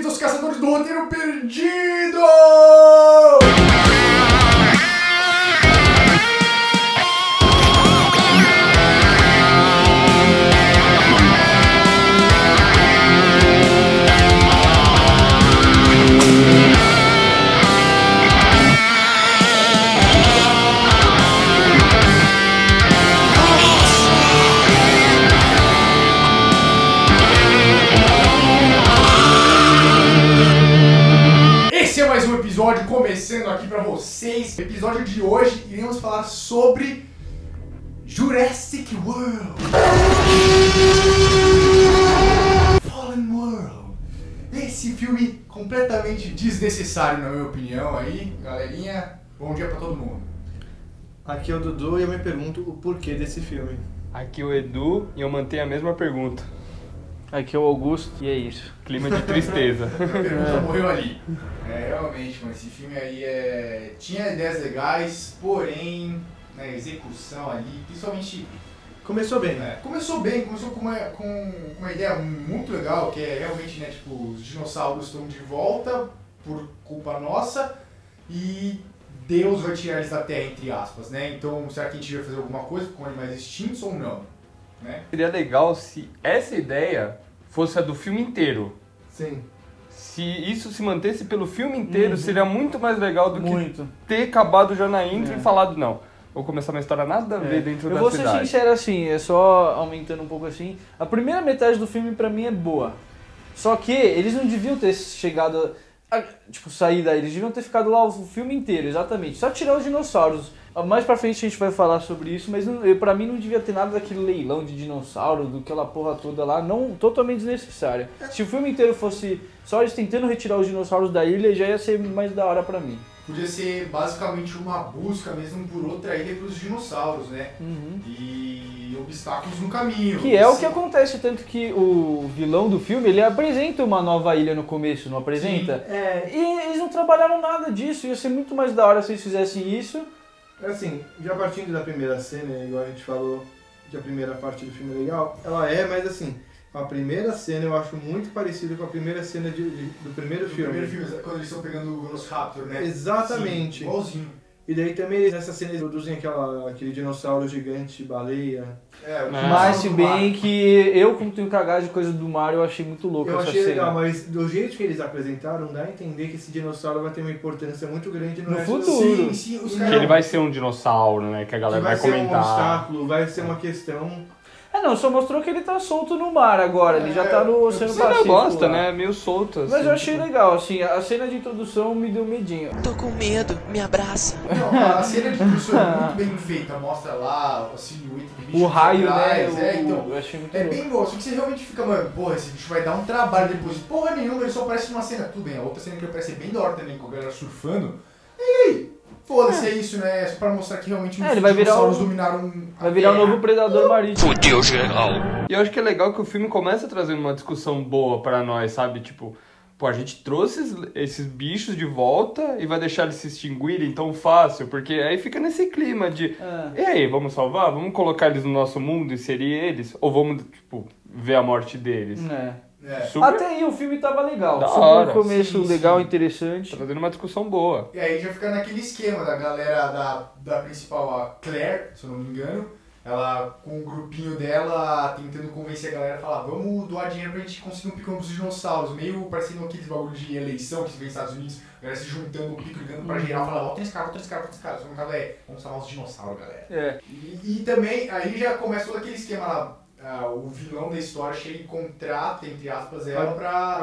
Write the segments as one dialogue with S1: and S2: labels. S1: do roteiro perdido! Esse é mais um episódio começando aqui pra vocês. No episódio de hoje iremos falar sobre Jurassic World. Fallen World. Esse filme completamente desnecessário na minha opinião aí, galerinha. Bom dia pra todo mundo.
S2: Aqui é o Dudu e eu me pergunto o porquê desse filme.
S3: Aqui é o Edu e eu mantenho a mesma pergunta.
S4: Aqui é o Augusto e é isso.
S3: Clima de tristeza.
S1: A pergunta Tá morreu ali. É, realmente, mano, esse filme aí é... tinha ideias legais, porém, na execução ali, principalmente
S2: Começou bem, né?
S1: É, começou bem, começou com uma, com uma ideia muito legal, que é realmente, né, tipo, os dinossauros estão de volta por culpa nossa e Deus vai tirar eles da Terra, entre aspas, né? Então, será que a gente vai fazer alguma coisa com animais extintos ou não? Né?
S3: Seria legal se essa ideia fosse a do filme inteiro.
S2: Sim.
S3: Se isso se mantesse pelo filme inteiro, seria muito mais legal do
S4: Muito.
S3: que ter acabado já na intro
S4: É.
S3: e falado, não, vou começar uma história nada a ver
S2: É.
S3: dentro
S4: Eu
S3: da
S4: vou ser
S3: cidade.
S4: sincero assim, é só aumentando um pouco assim. A primeira metade do filme pra mim é boa. Só que eles não deviam ter chegado. a- tipo, sair daí. Eles deviam ter ficado lá o filme inteiro, exatamente. Só tirar os dinossauros. Mais pra frente a gente vai falar sobre isso, mas não, eu- pra mim não devia ter nada daquele leilão de dinossauro, do aquela porra toda lá, não totalmente desnecessária. Se o filme inteiro fosse só eles tentando retirar os dinossauros da ilha, já ia ser mais da hora pra mim.
S1: Podia ser basicamente uma busca mesmo por outra ilha para os dinossauros, né?
S4: Uhum.
S1: E obstáculos no caminho.
S4: Que é o que
S1: Sim.
S4: acontece, tanto que o vilão do filme, ele apresenta uma nova ilha no começo, não apresenta?
S2: É,
S4: E eles não trabalharam nada disso, ia ser muito mais da hora se eles fizessem isso.
S2: assim, já partindo da primeira cena, né, igual a gente falou que a primeira parte do filme é legal, ela é, mas assim, a primeira cena eu acho muito parecida com a primeira cena de- de- do primeiro
S1: No
S2: filme. né? É,
S1: primeiro filme, quando eles estão pegando o Velociraptor, né?
S2: Exatamente.
S1: Sim, igualzinho.
S2: E daí também eles, nessa cena eles produzem aquela, aquele dinossauro gigante baleia.
S1: É, o
S3: Mas,
S4: Mas
S1: dinossauro
S4: se
S1: do mar.
S4: bem que eu, como tenho cagado de coisa do Mario, eu achei muito louco
S2: Eu
S4: Um essa
S2: achei legal,
S4: cena.
S2: mas do jeito que eles apresentaram, dá a entender que esse dinossauro vai ter uma importância muito grande no,
S4: No
S2: resto do-
S4: futuro.
S1: Sim, sim, os
S2: Que
S3: Que
S1: caras.
S3: ele vai ser um dinossauro, né? Que
S2: Que
S3: a galera
S2: vai
S3: vai,
S2: ser um
S3: comentar.
S2: obstáculo, vai ser uma questão.
S4: É não, só mostrou que ele tá solto no mar agora, ele já tá
S1: É,
S4: no Oceano
S3: Você não
S4: Pacífico.
S3: gosta,
S4: lá.
S3: né? Meio solto.
S4: Mas
S3: assim,
S4: eu achei
S3: tipo,
S4: legal, assim, a cena de introdução me deu medinho.
S5: Tô com medo, me abraça.
S1: Não, a cena de produção é muito bem feita, mostra lá a silhueta do bicho.
S4: O raio, né?
S1: atrás, É,
S4: o-
S1: então.
S4: eu achei muito
S1: É
S4: louco.
S1: bem bom, só que você realmente fica, mano, porra, esse bicho vai dar um trabalho depois. Porra nenhuma, ele só aparece numa cena. Tudo bem, a outra cena que aparece é bem da hora também, com a galera surfando. E aí? Foda-se, é. isso, né? É só pra mostrar que realmente os
S4: É, ele vai virar
S1: dinossauros
S4: um-
S1: dominaram a
S4: Vai virar o
S1: Terra.
S4: novo
S1: Uh!
S4: predador marítimo.
S3: E eu acho que é legal que o filme começa trazendo uma discussão boa pra nós, sabe? Tipo, pô, a gente trouxe es- esses bichos de volta e vai deixar eles se extinguirem tão fácil, porque aí fica nesse clima de.
S4: É.
S3: E aí, vamos salvar? Vamos colocar eles no nosso mundo, inserir eles? Ou vamos, tipo, ver a morte deles?
S4: É.
S1: É.
S3: Super
S4: Até aí o filme tava legal.
S3: Da
S4: Super
S3: hora,
S4: começo
S1: sim,
S4: legal,
S1: sim.
S4: interessante.
S3: tá trazendo uma discussão boa.
S1: E aí já fica naquele esquema da galera da, da principal, a Claire, se eu não me engano, ela com o grupinho dela tentando convencer a galera a falar, vamos doar dinheiro pra gente conseguir um picão pros dinossauros, meio parecendo aqueles bagulho de eleição que se vê nos Estados Unidos, a galera se juntando, pico, ligando
S2: Uhum.
S1: pra geral, falando, volta esse cara, volta esse cara, volta esse cara, só no caso é, vamos salvar os dinossauros, galera.
S4: É.
S1: E, e também, aí já começa todo aquele esquema lá, ah, o vilão da história chega e contrata, entre aspas, ela
S2: A
S1: pra...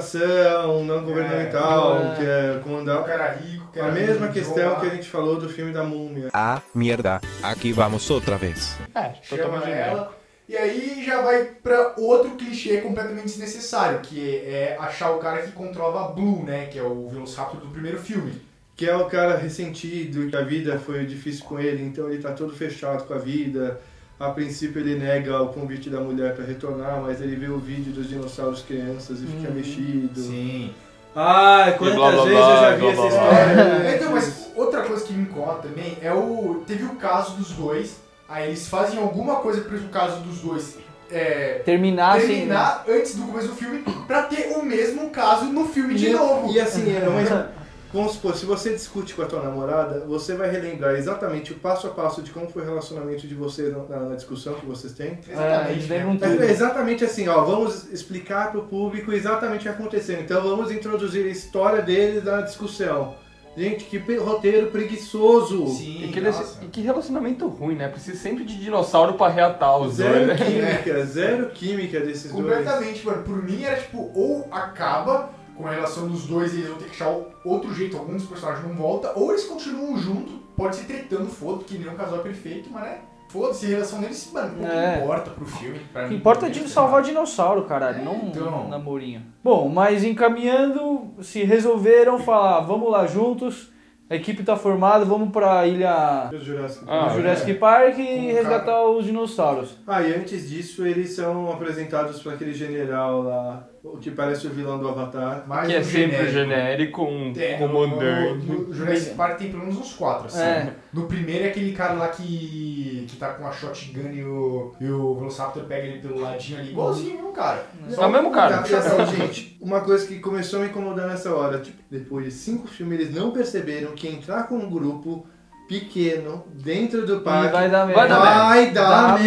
S2: organização não governamental,
S4: É.
S2: que é
S1: O
S2: comandar.
S1: cara rico, o cara
S2: A mesma
S1: rico,
S2: questão
S1: lá.
S2: que a gente falou do filme da múmia.
S6: Ah, mierda. Aquí vamos otra vez.
S3: É,
S1: chama ela. E aí já vai pra outro clichê completamente desnecessário, que é achar o cara que controla a Blue, né? Que é o Velociraptor do primeiro filme.
S2: Que é o cara ressentido, que a vida foi difícil com ele, então ele tá todo fechado com a vida. A princípio ele nega o convite da mulher pra retornar, mas ele vê o vídeo dos dinossauros crianças e
S1: Uhum.
S2: fica mexido.
S1: Sim.
S2: Ai, quantas
S3: blá, blá,
S2: vezes eu já vi
S3: blá,
S2: essa
S3: blá, blá.
S2: história. né?
S1: então, mas outra coisa que me incomoda também é o. Teve o caso dos dois, aí eles fazem alguma coisa pro caso dos dois é,
S4: Terminassem.
S1: terminar antes do começo do filme pra ter o mesmo caso no filme de
S2: e,
S1: novo.
S2: E assim, é uma, vamos supor, se você discute com a tua namorada, você vai relembrar exatamente o passo a passo de como foi o relacionamento de vocês na- na, na discussão que vocês têm.
S4: É, eles
S1: né?
S4: lembram tudo.
S2: É exatamente assim, ó, vamos explicar pro público exatamente o que aconteceu. Então vamos introduzir a história deles na discussão. Gente, que pe- roteiro preguiçoso.
S1: Sim,
S3: E que, eles-
S1: nossa.
S3: e que relacionamento ruim, né? Precisa sempre de dinossauro pra reatar os dois.
S2: Zero
S3: né?
S2: química, zero química desses dois.
S1: Completamente, mano. Por mim era tipo, ou acaba com a relação dos dois e eles vão ter que achar o- outro jeito, alguns personagens não volta, ou eles continuam junto, pode se tretando, foda, que nem um casal é perfeito, mas né? Foda-se, a relação deles, mano, pouco
S4: É.
S1: importa pro filme. pra
S4: O que
S1: mim,
S4: importa é
S1: não
S4: de
S1: tem
S4: salvar
S1: nada.
S4: dinossauro, caralho, não
S1: então.
S4: um namorinho. Bom, mas encaminhando, se resolveram falar, vamos lá juntos, a equipe tá formada, vamos pra ilha
S2: Deus Jurassic
S3: Ah,
S4: do
S2: Park.
S4: Jurassic Park e
S1: Com
S4: resgatar
S1: cara.
S4: os dinossauros.
S2: Ah, e antes disso eles são apresentados por aquele general lá, o que parece o vilão do Avatar.
S1: Mais
S3: Que é
S1: um
S3: sempre
S1: genérico.
S3: genérico, um
S1: É, no-
S3: comandante.
S1: No, no Jurassic Park tem pelo menos uns quatro, assim.
S4: É.
S1: No primeiro é aquele cara lá que. que tá com a shotgun e o, e o Velociraptor pega ele pelo ladinho ali, igualzinho, viu, cara?
S3: É o mesmo cara.
S2: E assim, gente, uma coisa que começou a me incomodar nessa hora, tipo, depois de cinco filmes eles não perceberam que entrar com um grupo pequeno dentro do
S4: E
S2: parque
S4: vai dar merda.
S3: Vai
S1: Ah,
S3: dar merda.
S2: vai dar
S4: Dá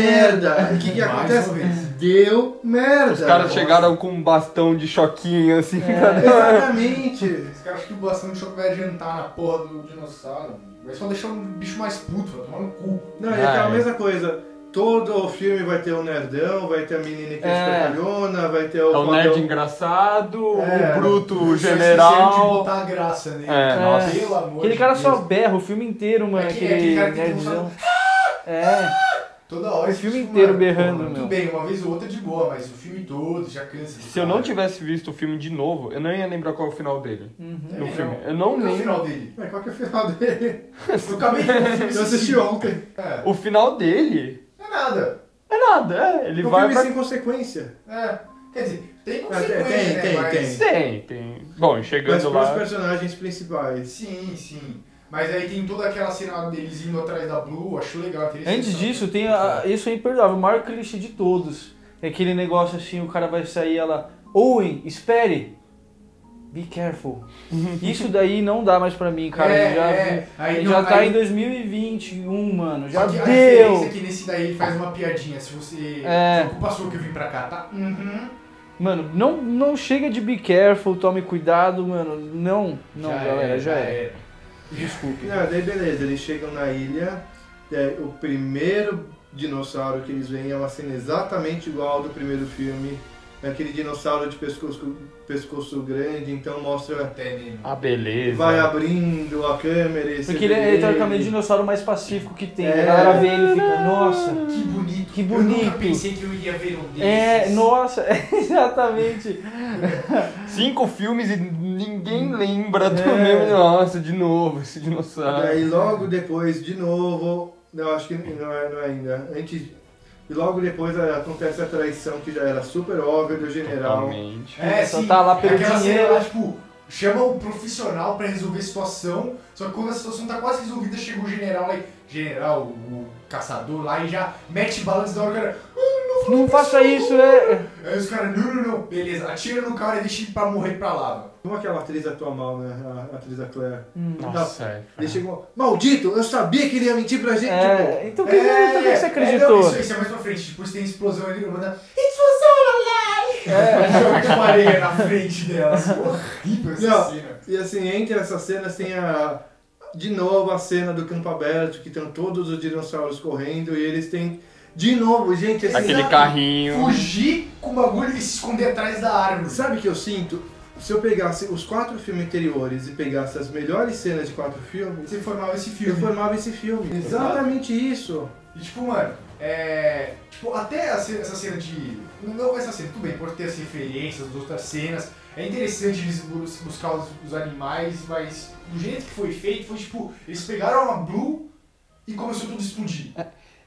S2: merda. O que, que
S1: Mais
S2: acontece?
S1: uma vez.
S2: Deu merda.
S3: Os caras chegaram com um bastão de choquinho, assim.
S1: É.
S3: pra-
S2: Exatamente.
S1: Esse cara acha que o bastão de choque vai adiantar na porra do dinossauro. Vai só deixar um bicho mais puto, vai tomar no cu.
S2: Não, e
S3: Ah,
S2: aquela
S3: é.
S2: mesma coisa. Todo o filme vai ter o nerdão, vai ter a menina que é,
S4: É.
S2: espertalhona, vai ter o.
S3: É o nerd
S2: fodão-
S3: engraçado,
S1: É.
S3: o bruto
S1: Só esqueceram de
S3: general.
S1: botar a graça nele.
S3: É,
S4: nossa.
S1: Pelo amor
S4: Aquele
S1: de
S4: cara
S1: Deus.
S4: só berra o filme inteiro, mano,
S1: É que- é
S4: aquele
S1: aquele cara que tem
S4: nerdzão.
S1: um-
S4: É,
S1: Toda hora.
S4: O
S1: esse
S4: filme
S1: tipo,
S4: inteiro
S1: mano,
S4: berrando,
S1: pô, Tudo
S4: meu.
S1: bem, uma vez ou outra é de boa, mas o filme todo já cansa.
S3: Se eu não tivesse visto o filme de novo, eu não ia lembrar qual é o final dele. No
S1: É,
S3: filme.
S1: não.
S3: Eu não
S1: Qual que é o
S3: lembro.
S1: final dele?
S2: É, Qual que é o final dele?
S1: Eu acabei de ver o filme
S2: Eu assisti ontem.
S1: É,
S3: O final dele
S1: não é nada.
S3: é nada, é. Ele
S2: É um
S3: vai
S2: filme
S3: pra.
S2: sem consequência.
S1: É. Quer dizer, tem
S2: Ah, tem-
S1: consequência,
S2: tem,
S1: né?
S2: tem,
S1: mas...
S2: tem.
S3: Tem, tem. Bom,
S2: Mas
S3: chegando
S2: para os
S3: lá.
S2: personagens principais.
S1: Sim, sim. Mas aí tem toda aquela cena deles indo atrás da Blue, acho legal. interessante.
S4: antes disso, tem a- isso é imperdoável, o maior clichê de todos. É aquele negócio assim, o cara vai sair ela, Owen, espere. Be careful. Isso daí não dá mais pra mim, cara.
S1: É,
S4: eu já
S1: é.
S4: vi-
S1: Aí
S4: ele
S1: não-
S4: já tá
S1: aí-
S4: em 2021, mano. Já
S1: Só que
S4: deu.
S1: a diferença é que nesse daí ele faz uma piadinha. Se você.
S4: É.
S1: Se culpa sua que eu vim pra cá, tá? Uhum.
S4: Mano, não, não chega de be careful, tome cuidado, mano. Não, não, galera, já é. Desculpe.
S2: Ah, daí beleza, eles chegam na ilha, é, o primeiro dinossauro que eles veem é uma cena exatamente igual ao do primeiro filme. É aquele dinossauro de pescoço, pescoço grande, então mostra.
S1: Até mesmo.
S3: Ah, beleza.
S2: Vai abrindo a câmera e você
S4: Porque ele
S2: vê
S4: é teoricamente o dinossauro mais pacífico que tem.
S2: É.
S4: A galera vê ele e fica, nossa.
S1: Que bonito.
S4: Que
S1: Eu
S4: bonito.
S1: nunca pensei que eu iria ver um desses.
S4: É, nossa, exatamente.
S3: Cinco filmes e ninguém lembra do
S4: É.
S3: mesmo. Nossa, de novo, esse
S4: né?
S3: dinossauro.
S2: Daí logo depois, de novo. Não, acho que não é, não é ainda. Antes. E logo depois é, acontece a traição que já era super óbvia do general.
S3: Totalmente.
S1: É,
S4: Só
S1: sim.
S4: tá lá pelo
S1: Aquela
S4: dinheiro.
S1: cena lá, tipo, chama o profissional pra resolver a situação, só que quando a situação tá quase resolvida, chega o general lá e... General, o caçador lá, e já mete balanço da hora, o cara... "Ah, não falei
S4: Não
S1: pra
S4: faça
S1: você,
S4: isso, é.
S1: Aí os caras, não, não, não, beleza, atira no cara e deixa ele pra morrer pra lá.
S2: Como aquela atriz atua mal, né? A atriz da Claire.
S4: Hum.
S3: Nossa, é.
S2: Ele chegou, maldito, eu sabia que ele ia mentir pra gente.
S4: É,
S2: Tipo,
S4: então quer dizer, então por que você
S1: não,
S4: acreditou?
S1: isso, isso é mais pra frente, depois tem explosão, ele manda... It's was all a lie! É, joga de areia na frente delas. Horrível essa
S2: Não.
S1: cena.
S2: E assim, entre essas cenas tem a. De novo a cena do campo aberto, que estão todos os dinossauros correndo e eles têm. De novo, gente, assim,
S3: Aquele
S2: sabe-
S3: carrinho.
S1: Fugir com o bagulho e se esconder atrás da árvore.
S2: Sabe o que eu sinto? Se eu pegasse os quatro filmes anteriores e pegasse as melhores cenas de quatro filmes,
S1: Você formava esse
S2: eu
S1: filme.
S2: formava esse filme. Exatamente isso.
S1: E tipo, mano, é. Tipo, até a ce- essa cena de. Não essa cena, tudo bem, pode ter as referências, as outras cenas. É interessante eles bus- buscar os, os animais, mas do jeito que foi feito, foi tipo, eles pegaram a Blue e começou tudo a explodir.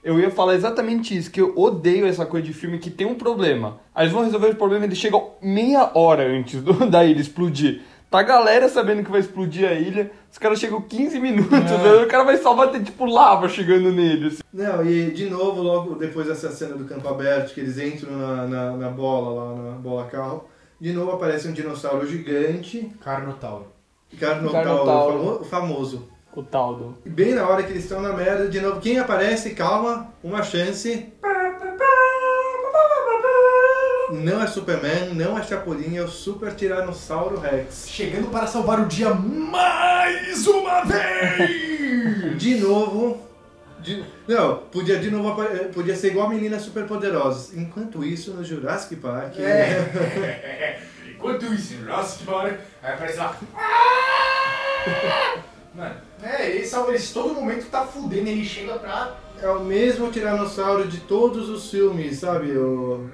S3: Eu ia falar exatamente isso, que eu odeio essa coisa de filme que tem um problema. Aí eles vão resolver o problema e eles chegam meia hora antes do, da ilha explodir. Tá a galera sabendo que vai explodir a ilha. Os caras chegam 15
S4: É.
S3: minutos, né? o cara vai só bater tipo lava chegando nele. assim.
S2: Não, e de novo, logo depois dessa cena do campo aberto, que eles entram na, na, na bola lá, na bola carro, de novo aparece um dinossauro gigante,
S1: Carnotauro.
S2: Carnotauro,
S4: Carnotauro.
S2: famo- famoso.
S4: O Taldo.
S2: E bem na hora que eles estão na merda, de novo, quem aparece, calma, uma chance. Não é Superman, não é Chapolin, é o Super Tiranossauro Rex.
S1: Chegando para salvar o dia mais uma vez!
S2: De novo. de- não, podia de novo apa- eh, podia ser igual a Meninas Superpoderosas. Enquanto isso, no Jurassic Park.
S1: É. Enquanto isso, em Jurassic Park, aí aparece lá. Mano, é, ele salva eles todo momento, tá fudendo, ele chega pra.
S2: É o mesmo tiranossauro de todos os filmes, sabe? O-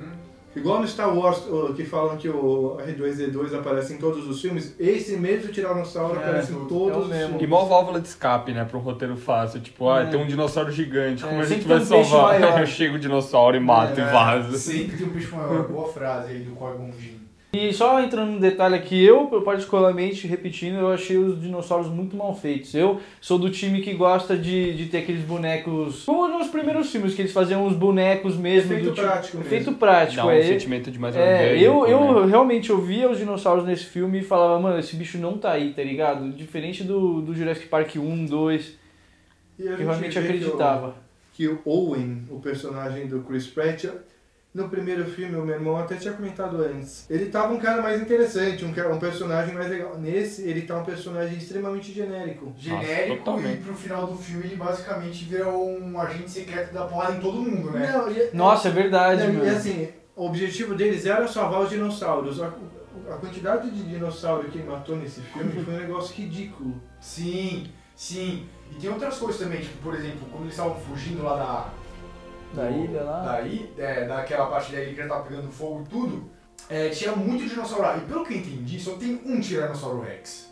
S2: igual no Star Wars, o- que falam que o R2D2 aparece em todos os filmes, esse mesmo tiranossauro
S4: É,
S2: aparece em
S4: é
S2: todos
S4: o
S2: os
S4: mesmo.
S3: E
S2: filmes.
S3: mó válvula de escape, né? Pra um roteiro fácil. Tipo, ah,
S4: É.
S3: tem um dinossauro gigante,
S4: É,
S3: como a gente
S4: sempre
S3: vai
S4: tem um peixe
S3: salvar?
S4: maior. É.
S3: Aí Chega o dinossauro e mata
S1: É,
S3: e vaza.
S1: Sempre tem um peixe maior. Boa frase aí do Corgon Jin.
S4: E só entrando num detalhe que eu, eu particularmente, repetindo, eu achei os dinossauros muito mal feitos. Eu sou do time que gosta de, de ter aqueles bonecos. Como nos primeiros filmes, que eles faziam os bonecos mesmo.
S2: Efeito
S4: do tipo-
S2: prático mesmo.
S4: Efeito prático,
S3: Dá um
S4: é.
S3: sentimento de mais
S4: É,
S3: orgânico,
S4: eu,
S3: né?
S4: eu realmente eu via os dinossauros nesse filme e falava, mano, esse bicho não tá aí, tá ligado? Diferente do, do Jurassic Park 1, 2,
S2: E a
S4: que
S2: gente
S4: eu realmente é
S2: vê que o-
S4: acreditava.
S2: Que o Owen, o personagem do Chris Pratt, no primeiro filme, o meu irmão até tinha comentado antes, ele tava um cara mais interessante, um, cara, um personagem mais legal. Nesse, ele tá um personagem extremamente genérico.
S1: Genérico
S3: totalmente.
S1: e pro final do filme ele basicamente vira um agente secreto da porrada em todo mundo, né?
S2: Não, e-
S4: Nossa, é verdade,
S2: Não,
S4: mano.
S2: E assim, o objetivo deles era salvar os dinossauros. A, a quantidade de dinossauro que matou nesse filme foi um negócio ridículo.
S1: Sim, sim. E tem outras coisas também, tipo, por exemplo, quando eles estavam fugindo lá da,
S4: Da ilha lá.
S1: Daí, é, daquela parte dele que já tava pegando fogo e tudo, é, tinha muito dinossauro lá. E pelo que eu entendi, só tem um Tiranossauro Rex.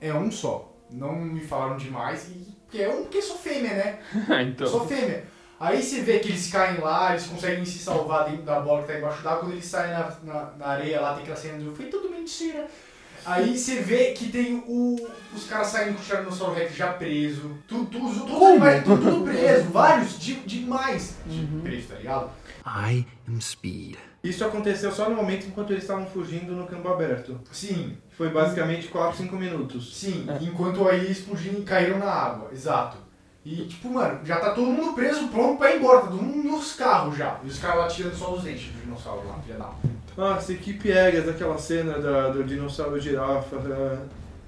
S1: É um só. Não me falaram demais. E, porque é um porque é só fêmea, né?
S3: então.
S1: Só fêmea. Aí você vê que eles caem lá, eles conseguem se salvar dentro da bola que tá embaixo d'água. Quando eles saem na, na, na areia lá, tem aquela cena do foi tudo mentira. Aí você vê que tem o, os caras saindo com o Tiranossauro Rex já preso. Tudo, tudo, todos os animais, tudo, tudo preso. Vários, de, demais. Preso, tá ligado?
S7: I am speed.
S2: Isso aconteceu só no momento enquanto eles estavam fugindo no campo aberto.
S1: Sim,
S2: Foi basicamente 4, 5 minutos.
S1: sim. Enquanto aí explodiram e caíram na água, exato. E tipo, mano, já tá todo mundo preso, pronto pra ir embora, tá todo mundo nos carros já. E os caras lá tirando só os dentes do dinossauro lá, filha da puta.
S2: Nossa, e que piegas aquela cena da- do dinossauro girafa ah,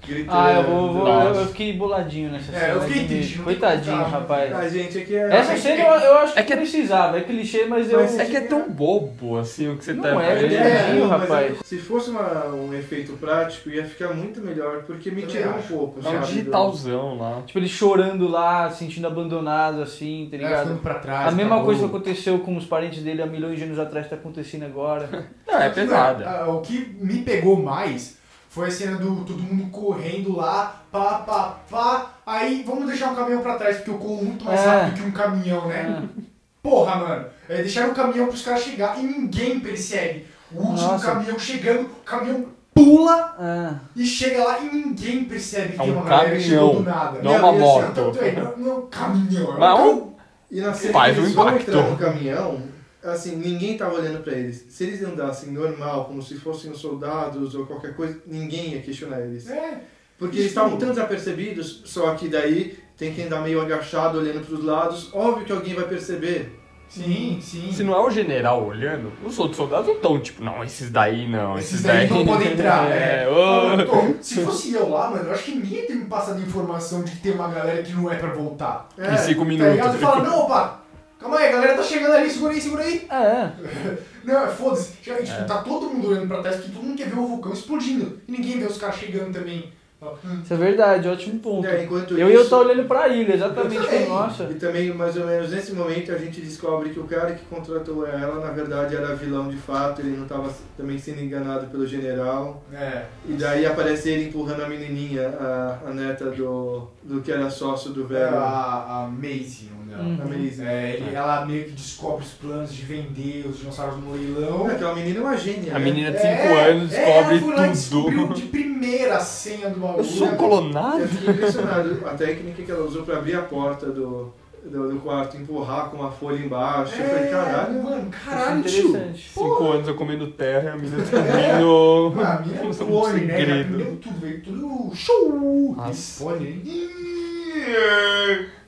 S2: gritando.
S4: Ah, eu, vou, vou- eu,
S3: Nossa.
S4: eu fiquei boladinho nessa
S1: É,
S4: cena.
S1: eu fiquei
S4: que-
S1: triste, não tem
S4: Coitadinho,
S1: como tá,
S4: rapaz.
S2: Ah, gente, aqui é.
S4: Essa cena eu, eu acho que,
S3: É que é-
S4: precisava, é clichê, mas eu.
S2: Mas
S3: É que é tão bobo assim o que você
S4: Não
S3: tá
S4: é,
S3: vendo.
S2: é,
S4: Tadinho,
S2: mas
S4: rapaz.
S2: Se fosse uma- um efeito prático, ia ficar muito melhor, porque me
S1: Eu
S2: tirou um
S1: acho.
S2: pouco.
S3: É um
S2: sabe, do-
S3: digitalzão lá.
S4: Tipo, ele chorando lá, se sentindo abandonado, assim, tá
S1: É,
S4: ligado?
S1: ficando pra trás.
S4: A mesma
S1: acabou.
S4: coisa que aconteceu com os parentes dele há milhões de anos atrás tá acontecendo agora.
S3: Não, é
S1: Só que,
S3: pesada.
S1: mano, ah, O que me pegou mais foi a cena do todo mundo correndo lá, pá, pá, pá. Aí vamos deixar um caminhão pra trás, porque eu corro muito mais
S4: É.
S1: rápido que um caminhão, né? Porra, mano. É, deixaram o caminhão pros caras chegar e ninguém persegue. O último
S4: Nossa.
S1: caminhão chegando, o caminhão pula
S4: Ah.
S1: e chega lá e ninguém percebe que
S3: É um
S1: tem uma galera que
S3: caminhão,
S1: chegou do nada.
S3: não é uma
S1: e assim,
S3: moto.
S1: tanto é, Não não é um caminhão, é um
S3: Mas é
S1: caminhão.
S3: um
S2: E na cena
S3: Faz
S2: que eles
S3: um
S2: vão
S3: impacto.
S2: entrar no caminhão, assim, ninguém tava olhando pra eles. Se eles andassem normal, como se fossem os soldados ou qualquer coisa, ninguém ia questionar eles.
S1: É.
S2: Porque eles estavam tão desapercebidos, só que daí tem que andar meio agachado, olhando pros lados. Óbvio que alguém vai perceber.
S1: Sim, sim.
S3: Se não é o general olhando, os outros soldados não estão tipo, não, esses daí não, esses,
S1: Esses daí não podem entrar,
S3: É,
S1: é.
S3: ô.
S1: Então, se fosse eu lá, mano, eu acho que ninguém tem me passado a informação de que tem uma galera que não é pra voltar.
S2: É,
S3: em cinco
S1: Tá ligado?
S3: minutos.
S1: E fala, não, opa, calma aí, a galera tá chegando ali, segura aí, segura aí.
S4: É,
S1: Não, é foda-se. Já, Tipo, tá todo mundo olhando pra trás porque todo mundo quer ver o vulcão explodindo. E ninguém vê os caras chegando também. Fala, hum.
S4: isso é verdade, ótimo ponto.
S2: né, enquanto
S4: Eu
S2: isso,
S4: ia estar olhando pra ilha, exatamente.
S1: Eu também.
S4: Nossa.
S2: E também, mais ou menos nesse momento, a gente descobre que o cara que contratou ela, na verdade, era vilão de fato. Ele não tava também sendo enganado pelo general.
S1: É.
S2: E daí aparece ele empurrando a menininha, a, a neta do, do que era sócio do
S1: É
S2: velho.
S1: a, a Maisie, o nome dela.
S4: Hum.
S2: A Melissa.
S1: É, ele- ela meio que descobre os planos de vender os dinossauros no leilão.
S2: Aquela é? menina é uma gênia.
S3: A
S2: né?
S3: menina de
S1: É,
S3: 5 anos
S1: é, ela
S3: descobre
S1: foi lá e
S3: tudo.
S1: descobriu de primeira senha do bagulho.
S3: Eu sou um colonado?
S2: Eu fiquei impressionado a técnica que ela usou pra abrir a porta do, do, do quarto, empurrar com uma folha embaixo. Eu falei,
S1: É,
S2: caralho.
S1: mano,
S4: Isso é
S1: caralho, tio.
S4: interessante.
S3: Cinco anos eu comendo terra, a menina comendo.
S1: Mano, a mina
S3: um
S1: do Oni, né? Ela
S3: segredo. Ah,
S1: aprendeu tudo, veio tudo show!
S3: Nossa.
S1: Fone.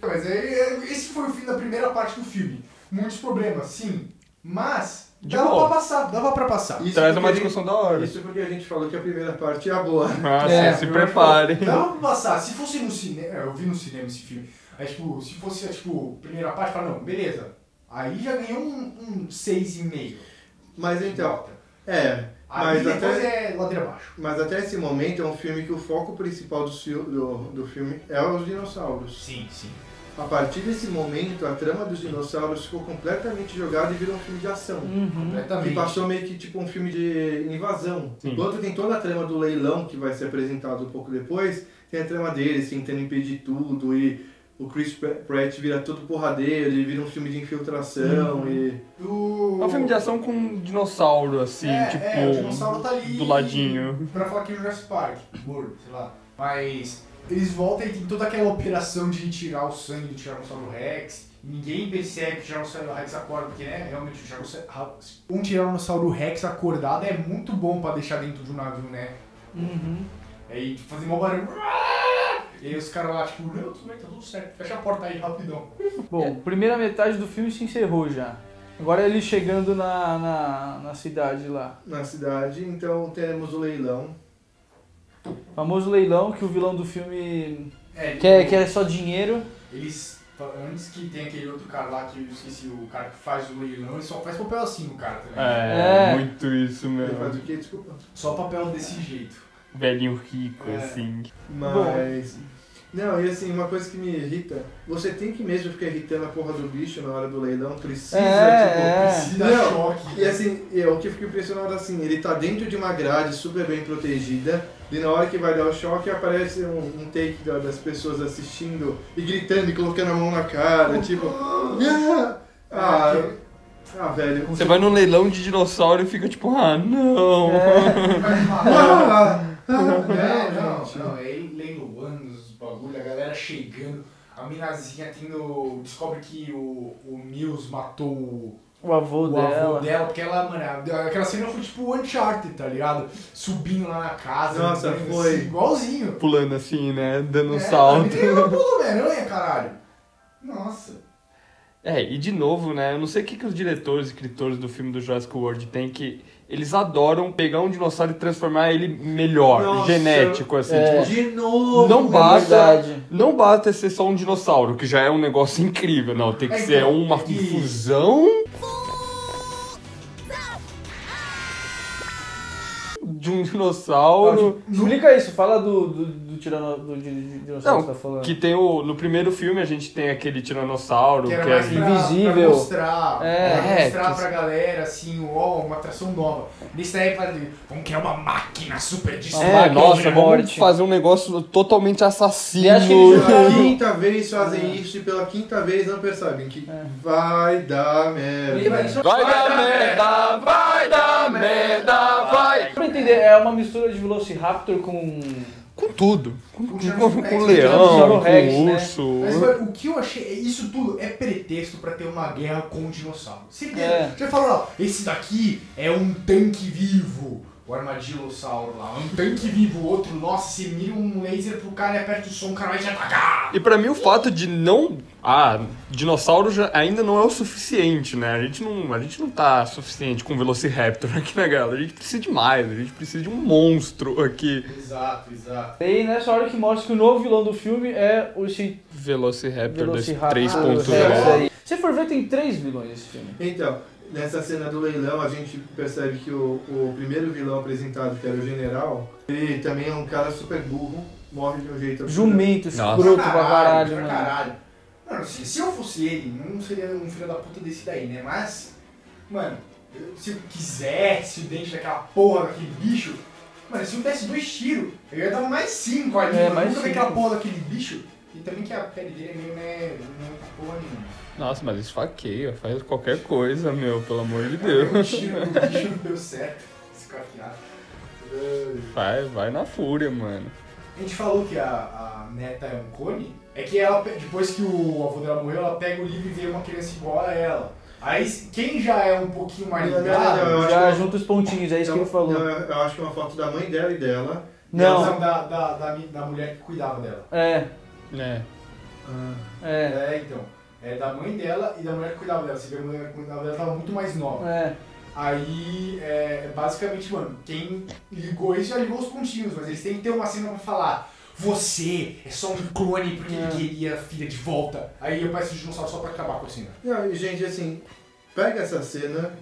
S1: Mas é, esse foi o fim da primeira parte do filme. Muitos problemas, sim. Mas
S3: De
S1: dava
S3: boa.
S1: pra passar, dava pra passar.
S2: Isso
S3: Traz
S2: porque
S3: uma
S2: a gente-
S3: discussão da hora.
S2: Isso é porque a gente falou que a primeira parte é a boa.
S3: Ah,
S1: É, Tá
S3: sim, se
S2: eu
S3: preparem.
S1: Dava pra passar. Se fosse no cinema. Eu vi no cinema esse filme. Aí, tipo, se fosse, tipo, primeira parte, fala, não, beleza. Aí já ganhou um 6,5.
S2: Mas então, é.
S1: Aí
S2: Mas
S1: depois
S2: até,
S1: é ladeira abaixo.
S2: mas até esse momento é um filme que o foco principal do, fil- do, do filme é os dinossauros.
S1: Sim, sim.
S2: A partir desse momento, a trama dos dinossauros ficou completamente jogada e virou um filme de ação. E
S4: Uhum.
S1: Completamente.
S2: passou meio que tipo um filme de invasão.
S3: Sim.
S2: Enquanto tem toda a trama do leilão que vai ser apresentado um pouco depois, tem a trama deles tentando impedir tudo e o Chris Pratt vira todo porradeiro, ele vira um filme de infiltração
S4: Uhum.
S2: e.
S1: Do...
S3: É um filme de ação com um dinossauro, assim,
S1: é,
S3: tipo.
S1: é, o dinossauro tá ali
S3: do ladinho.
S1: Pra falar que é o Jurassic Park, gordo, sei lá. Mas eles voltam e tem toda aquela operação de tirar o sangue do Tiranossauro Rex. Ninguém percebe que o Tiranossauro Rex acorda, porque né, realmente o Tiranossauro... um Tiranossauro Rex acordado é muito bom pra deixar dentro de um navio, né?
S4: Uhum.
S1: Aí tipo, fazer mó barulho. E aí os caras lá, tipo, não, tudo bem, tá tudo certo, fecha a porta aí rapidão.
S4: Bom, primeira metade do filme se encerrou já. Agora é ele chegando na, na, na cidade lá.
S2: na cidade. Então temos o leilão.
S4: Famoso leilão que o vilão do filme
S1: É,
S4: quer, quer só dinheiro.
S1: Eles, antes que tem aquele outro cara lá que eu esqueci, o cara que faz o leilão, ele só faz papel assim no cara também.
S3: É,
S4: É.
S3: muito isso
S2: Ele faz
S3: mesmo.
S2: o
S1: É.
S2: quê? Desculpa.
S1: Só papel desse jeito.
S3: Velhinho rico,
S1: É.
S3: assim.
S2: Mas. Não, e assim, uma coisa que me irrita, você tem que mesmo ficar irritando a porra do bicho na hora do leilão, precisa,
S4: É,
S2: tipo,
S4: é.
S1: Se dá
S2: Não,
S1: choque. né?
S2: E assim, eu que fico impressionado assim, ele tá dentro de uma grade super bem protegida, e na hora que vai dar o choque aparece um, um take da- das pessoas assistindo e gritando e colocando a mão na cara, tipo. "Ah!" Ah, eu- ah, velho.
S3: Você vai num leilão de dinossauro e fica tipo, ah, não.
S4: É,
S2: Ah!
S1: Não, não, não, é ele leiloando os bagulho, a galera chegando, a minazinha tendo. descobre que o, o Mills matou o,
S4: o avô
S1: o avô
S4: dela.
S1: dela, porque ela, mano, a- aquela cena foi tipo Uncharted, tá ligado? Subindo lá na casa,
S2: Nossa,
S1: assim,
S2: foi.
S1: igualzinho.
S3: Pulando assim, né? Dando um
S1: É,
S3: salto.
S1: a menina é o pulo do Homem-Aranha, caralho. Nossa.
S3: É, e de novo, né? Eu não sei o que, que os diretores e escritores do filme do Jurassic World têm que. Eles adoram pegar um dinossauro e transformar ele melhor,
S2: Nossa,
S3: genético, assim.
S4: é.
S3: tipo,
S2: De novo!
S3: não basta.
S4: verdade.
S3: Não basta ser só um dinossauro, que já é um negócio incrível. Não, tem que
S1: É,
S3: ser
S1: então,
S3: uma
S1: e-
S3: fusão. De um dinossauro.
S4: Explica isso, fala do, do, do tirano, do, di- di- dinossauro
S3: Não,
S4: que você tá falando.
S3: Que tem o. No primeiro filme a gente tem aquele tiranossauro.
S1: Que era
S3: que
S1: mais
S3: é-
S1: pra, pra
S4: invisível.
S1: mostrar,
S4: É,
S1: pra mostrar
S3: que-
S1: pra galera, assim, ó, uma atração nova. Nesse daí, fala de, vamos criar uma máquina super
S3: Ah,
S1: distante.
S4: É,
S3: nossa,
S4: aquele
S3: vamos
S4: morte.
S3: fazer um negócio totalmente assassino.
S4: E acho que eles
S2: Pela
S4: jogaram-
S2: quinta vez
S3: É.
S2: fazem isso e pela quinta vez não percebem que vai dar merda.
S3: Vai dar merda, vai dar merda, vai!
S4: Pra entender, é uma mistura de Velociraptor com.
S3: Com tudo. Com,
S1: Com
S3: com,
S1: Jurassic
S3: com,
S1: Rex,
S3: o
S1: com
S3: leão, com
S4: Jurassic Rex,
S3: o
S4: né?
S3: urso.
S1: Mas mano, o que eu achei, é isso tudo é pretexto pra ter uma guerra com o dinossauro. Se liga,
S4: É.
S1: já falou, ó, esse daqui é um tanque vivo. O armadilossauro lá, um tanque vivo, o outro, nossa, se mira um laser pro cara e aperta o som, o cara vai te atacar.
S3: E pra mim o fato de não. Ah, dinossauro já, ainda não é o suficiente, né? A gente não, a gente não tá suficiente com Velociraptor aqui na galera. A gente precisa de mais, a gente precisa de um monstro aqui.
S1: Exato, exato.
S4: E aí, nessa né? hora que mostra que o novo vilão do filme é o esse
S3: Velociraptor, dois-
S4: Velociraptor.
S3: 3.0.
S4: É, isso aí. Se for ver, tem três vilões esse filme.
S2: Então, nessa cena do leilão, a gente percebe que o, o primeiro vilão apresentado, que era o general, ele também é um cara super burro, morre de um jeito absurdo.
S4: Jumento,
S3: Nossa.
S4: escroto pra caralho,
S1: pra
S4: mano.
S1: caralho. Mano, se, se eu fosse ele, não seria um filho da puta desse daí, né? Mas, mano, eu- se eu quisesse o dente daquela porra daquele bicho, mano, se eu desse dois tiros, eu ia dar mais cinco ali,
S4: É,
S1: mano.
S4: mais
S1: nunca vi
S4: cinco.
S1: aquela porra daquele bicho. E também que a pele dele é meio, né, não é porra nenhuma.
S3: Nossa, mas esfaqueia, faz qualquer coisa, meu, pelo amor de
S1: Eu
S3: Deus.
S1: ah. tiro do bicho não deu certo. Escafiado.
S3: Vai, vai na fúria, mano.
S1: A gente falou que a, a neta é um cone, é que ela, pe- depois que o avô dela morreu, ela pega o livro e vê uma criança igual a ela. Aí se- quem já é um pouquinho mais
S2: Não, não, não, não,
S1: ligado,
S2: eu
S4: Já
S2: acho que-
S4: junta os pontinhos, é isso que ele falou.
S2: Então, Não, eu acho que é uma foto da mãe dela e dela.
S4: Não.
S1: não, da, da, da, mi- da mulher que cuidava dela.
S4: É,
S3: É.
S4: é,
S1: É, então. É da mãe dela e da mulher que cuidava dela. Você vê a mulher que cuidava dela tava muito mais nova.
S4: é.
S1: Aí, é, basicamente, mano, quem ligou isso já ligou os pontinhos, mas eles têm que ter uma cena pra falar. Você é só um clone porque
S4: É.
S1: ele queria a filha de volta. Aí aparece o dinossauro só pra acabar com a cena.
S2: Não, e, gente, assim, pega essa cena,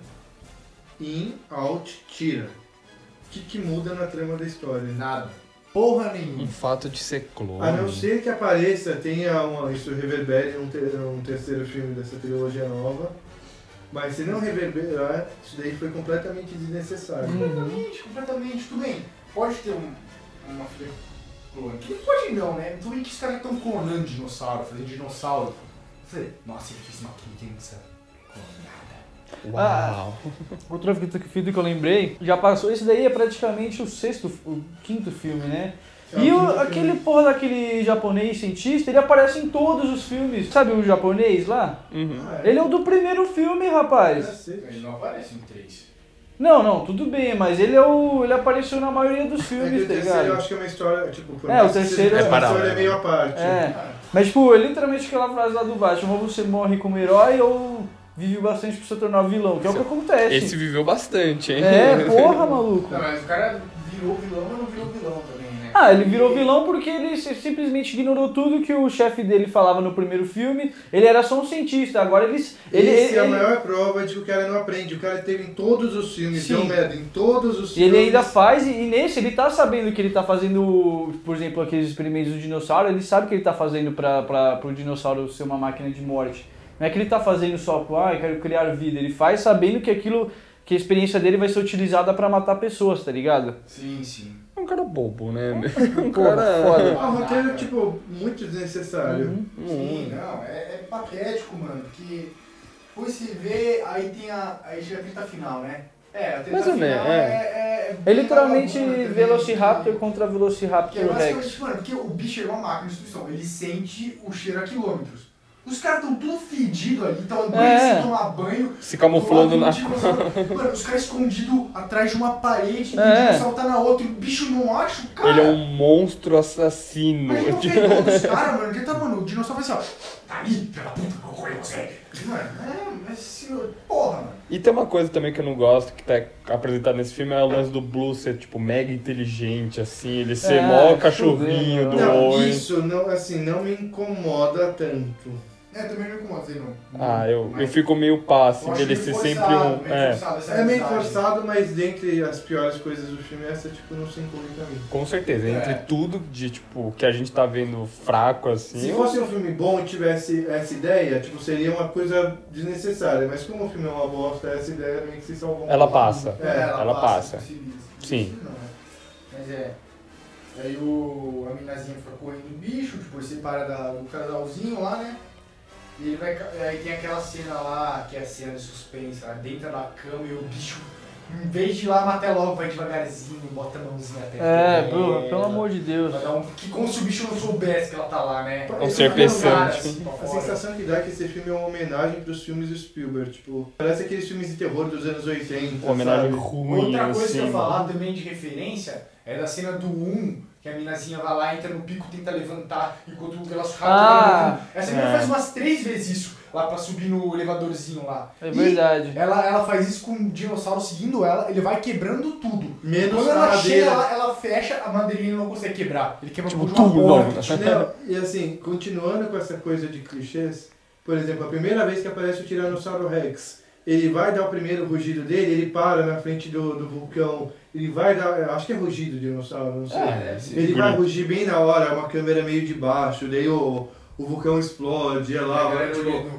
S2: in, out, tira. O que, que muda na trama da história? né?
S1: Nada. Porra nenhuma.
S3: O um fato de ser clone.
S2: A Ah, não ser que apareça, tenha uma, isso reverbere num, ter- num terceiro filme dessa trilogia nova. Mas se não reverberar, isso daí foi completamente desnecessário.
S4: Hum.
S2: Então,
S1: Completamente, completamente. Tudo bem. Pode ter um, uma filha clone. Que Pode não, né? Tudo bem que os caras estão clonando dinossauro, fazendo dinossauro. Você, Nossa, ele fez uma criança clonada.
S3: Uau.
S4: Ah. Outro filme que eu lembrei, já passou. Esse daí é praticamente o sexto, o quinto filme, né?
S2: É o
S4: E o-
S2: quinto filme.
S4: aquele porra daquele japonês cientista, ele aparece em todos os filmes. Sabe o japonês lá?
S3: Uhum.
S2: Ah,
S4: Ele é o do primeiro filme,
S2: é.
S4: rapaz.
S2: Cacete.
S1: Ele não aparece em três.
S4: Não, não, tudo bem, mas ele é o. ele apareceu na maioria dos
S2: É que
S4: filmes,
S2: o
S4: tá
S2: terceiro eu
S4: ligado?
S2: acho que é uma história, tipo, por
S4: É,
S2: mais
S4: o
S2: que seja
S4: terceiro
S2: uma
S3: é paralelo.
S2: história meio à parte.
S4: É. Mas tipo, é literalmente aquela frase lá do Batman, ou você morre como herói ou vive bastante pra você tornar vilão, que é o que acontece.
S3: Esse viveu bastante, hein?
S4: É, porra, maluco.
S1: Não, mas o cara virou vilão, mas não virou vilão também, né?
S4: Ah, ele virou vilão porque ele se- simplesmente ignorou tudo que o chefe dele falava no primeiro filme. Ele era só um cientista, agora eles. Ele,
S2: Ele, Essa
S4: ele-
S2: é a
S4: ele-
S2: maior prova de que o cara não aprende. O cara teve em todos os filmes,
S4: Sim.
S2: deu medo em todos os
S4: e ele
S2: filmes.
S4: ainda faz, e e nesse ele tá sabendo que ele tá fazendo, por exemplo, aqueles experimentos do dinossauro, ele sabe que ele tá fazendo pra, pra, pro dinossauro ser uma máquina de morte. Não é que ele tá fazendo só com, ah, eu quero criar vida. Ele faz sabendo que aquilo, que a experiência dele vai ser utilizada pra matar pessoas, tá ligado?
S1: Sim, sim.
S3: É um cara bobo, né? Um
S4: Porra,
S3: cara...
S4: foda.
S2: Ah, um roteiro, tipo, muito desnecessário.
S4: Uhum.
S1: Sim, não, é, é patético, mano, porque depois você vê, aí tem a. Aí chega a treta final, né? É, a treta
S3: Mais ou
S1: final
S3: menos, é.
S1: é, é,
S4: É literalmente
S1: bem vagabunda também, né?
S4: Velociraptor
S1: que-
S4: contra
S1: Que é
S4: Velociraptor Rex.
S1: basicamente, mano, porque o bicho é uma máquina de destruição, ele sente o cheiro a quilômetros. Os caras estão tudo fedidos ali, estão andando
S4: É.
S1: sem tomar banho.
S3: Se camuflando
S1: do
S3: na...
S1: lado do dinossauro. Mano, os caras escondidos atrás de uma parede,
S4: É.
S1: o dinossauro tá na outra, e o bicho não acha o cara.
S3: Ele é um monstro assassino.
S1: Mas ele não pegou dos caras, mano. Ele tá, mano, o dinossauro faz assim, ó. Tá ali, pela puta, que eu corri você. Mano, é, mas senhor, porra, mano.
S3: E tem uma coisa também que eu não gosto, que tá apresentada nesse filme, é o lance do Blue ser, tipo, mega inteligente, assim, ele ser
S4: É,
S3: mó
S4: fudeu, né?
S3: cachorrinho do
S2: Não,
S3: Owen.
S2: isso não, assim, não me incomoda tanto.
S1: É, também não incomoda ele, não.
S3: Ah, eu, eu
S1: Mas
S3: fico meio pá, assim,
S1: eu acho
S3: dele
S1: meio
S3: ser
S1: forçado,
S3: sempre um...
S1: meio
S3: É,
S1: forçado essa
S2: É meio
S1: amizade.
S2: forçado, mas dentre as piores coisas do filme, essa, tipo, não se inclui pra mim.
S3: com certeza, entre
S1: É.
S3: tudo de, tipo, que a gente tá vendo fraco, assim...
S2: Se
S3: eu-
S2: fosse um filme bom e tivesse essa ideia, tipo, seria uma coisa desnecessária. Mas como o filme é uma bosta, essa ideia meio que se salvou. um
S3: Ela passa.
S1: É,
S3: ela passa.
S1: possível.
S3: Sim.
S1: Não, né? Mas é. Aí o, a minazinha fica correndo o bicho, depois separa da, do casalzinho lá, né? E ele vai. ca- Aí tem aquela cena lá, que é a cena de suspense, ela dentro da cama e o bicho, em vez de ir lá matar logo, vai devagarzinho, bota a mãozinha até.
S4: É,
S1: dela.
S4: pelo, pelo amor de Deus.
S1: Vai dar um. Que como se o bicho não soubesse que ela tá lá, né?
S2: Um
S1: Ele
S2: ser
S1: vai dar um cara,
S3: pensante.
S1: assim, pra
S2: A
S1: fora.
S2: sensação que dá é que esse filme é uma homenagem pros filmes do Spielberg. Tipo, parece aqueles filmes de terror dos anos 80.
S3: Uma homenagem
S2: sabe?
S3: ruim,
S1: Outra coisa
S3: assim.
S1: que
S2: né?
S1: eu falar também de referência é da cena do 1, que a minazinha vai lá, entra no pico, tenta levantar, enquanto o Velociraptor
S4: Ah,
S1: vai levantando. Essa menina
S3: é.
S1: faz umas três vezes isso, lá pra subir no elevadorzinho lá.
S4: É
S1: E
S4: verdade.
S1: Ela, ela faz isso com o dinossauro seguindo ela, ele vai quebrando tudo.
S2: Menos
S1: Quando
S2: a
S1: ela chega
S2: madeira.
S1: lá, ela fecha, a madeirinha não consegue quebrar. Ele quebra
S3: Tipo,
S1: por uma
S3: tudo,
S1: porta.
S3: não.
S2: Não, e assim, continuando com essa coisa de clichês, por exemplo, a primeira vez que aparece o Tiranossauro Rex, ele vai dar o primeiro rugido dele, ele para na frente do, do vulcão, ele vai dar. eu Acho que é rugido de dinossauro, não sei.
S3: É, deve ser.
S2: ele vai
S3: Bonito.
S2: rugir bem na hora, uma câmera meio de baixo, daí o, o vulcão explode, é
S1: A
S2: lá,
S1: galera
S2: tipo,
S1: olhando.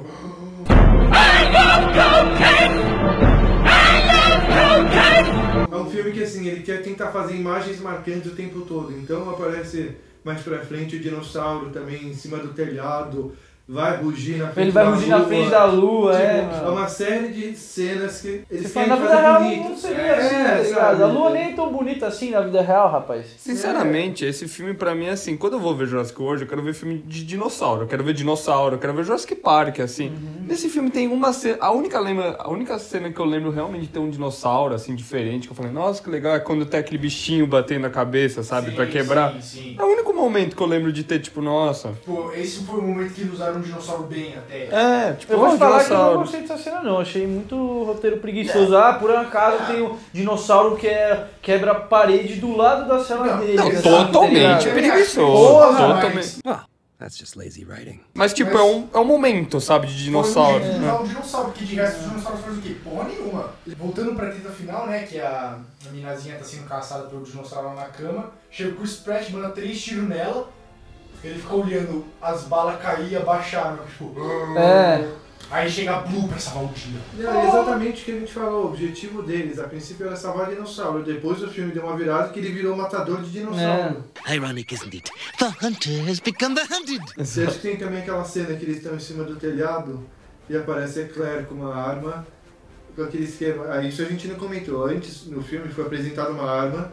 S2: É um filme que assim, ele quer tentar fazer imagens marcantes o tempo todo. Então aparece mais pra frente o dinossauro também em cima do telhado. vai rugir na frente
S4: Ele vai
S2: da
S4: rugir na
S2: lua.
S4: frente da lua,
S2: Tipo,
S4: é,
S2: é
S4: mano.
S2: uma série de cenas que eles
S4: Você fala,
S2: querem
S4: na vida
S2: fazer
S4: real
S2: bonito.
S4: não seria
S2: É,
S4: assim, tá
S2: sabe?
S4: ligado? A lua nem é tão bonita assim na vida real, rapaz.
S3: Sinceramente, esse filme pra mim é assim, quando eu vou ver Jurassic World, eu quero ver filme de dinossauro, eu quero ver dinossauro, eu quero ver Jurassic Park, assim.
S1: Uhum.
S3: Nesse filme tem uma cena, a única, lembra, a única cena que eu lembro realmente de ter um dinossauro, assim, diferente, que eu falei, nossa, que legal, é quando tem aquele bichinho batendo na cabeça, sabe,
S1: Sim,
S3: pra quebrar.
S1: Sim, sim.
S3: É o único momento que eu lembro de ter, tipo, nossa.
S1: Tipo, esse foi o momento que eles usaram um dinossauro bem até.
S3: É, tipo,
S4: Eu vou
S3: ó,
S4: te falar que eu não
S3: dinossauro.
S4: gostei dessa cena não, achei muito roteiro preguiçoso. Ah, por acaso tem um dinossauro que é- quebra a parede do lado da cela
S1: Não,
S4: dele.
S1: não,
S4: assim, tá
S3: Totalmente
S4: ligado?
S3: preguiçoso.
S4: Porra,
S3: é Totalmente.
S7: That's just lazy writing.
S3: Mas, tipo,
S1: Mas-
S3: é um, é um momento, sabe, de dinossauro.
S1: Foi um jeito de
S3: né?
S1: usar o dinossauro, porque de resto os dinossauros fazem o quê? Porra nenhuma. Voltando pra treta final, né, que a, a minazinha tá sendo caçada pelo dinossauro lá na cama, chega o Chris Pratt, manda três tiros nela, ele fica olhando as balas cair e abaixar, né, tipo...
S4: É.
S1: Aí chega a Blue pra salvar o dia.
S2: É exatamente o que a gente falou, o objetivo deles, a princípio era salvar dinossauro, depois o filme deu uma virada que ele virou matador de dinossauro.
S7: É. Ironic, isn't it? The hunter has become the hunted.
S2: Você acha que tem também aquela cena que eles estão em cima do telhado e aparece a Claire com uma arma, com aquele esquema. Ah, isso a gente não comentou, antes no filme foi apresentada uma arma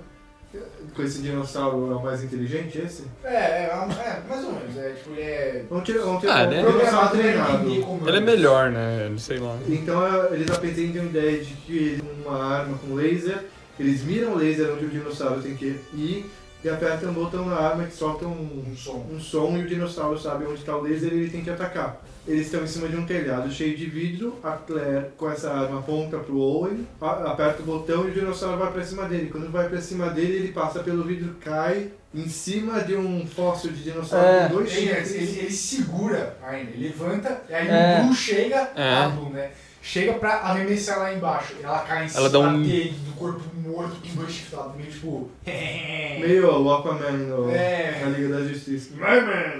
S2: com esse dinossauro é o mais inteligente, esse?
S1: É, é, é, mais ou menos. É, tipo, ele é...
S2: Vamos tirar um, um,
S3: Ah,
S2: um
S3: né?
S2: dinossauro
S1: programado, né,
S2: treinado.
S1: ninguém comanda.
S3: Ele é melhor, né? Não sei lá.
S2: Então eh, eles apresentam a ideia de que uma arma com laser, eles miram o laser onde o dinossauro tem que ir e apertam um botão na arma que solta um,
S1: Um som.
S2: um som e o dinossauro sabe onde está o laser e ele tem que atacar. Eles estão em cima de um telhado cheio de vidro, a Claire com essa arma aponta pro Owen, a- aperta o botão e o dinossauro vai pra cima dele. Quando vai pra cima dele, ele passa pelo vidro, cai em cima de um fóssil de dinossauro
S4: É.
S2: com dois
S1: Ele,
S2: chifres.
S1: ele, ele segura ainda, ele levanta, e aí
S4: É.
S1: o Blue chega,
S3: É.
S1: a Blue, né? Chega pra arremessar lá embaixo. Ela cai em cima
S3: dá um-
S1: dele, do corpo morto, com dois chifrados, meio tipo.
S2: Meio o Aquaman no-
S1: É.
S2: na Liga da Justiça.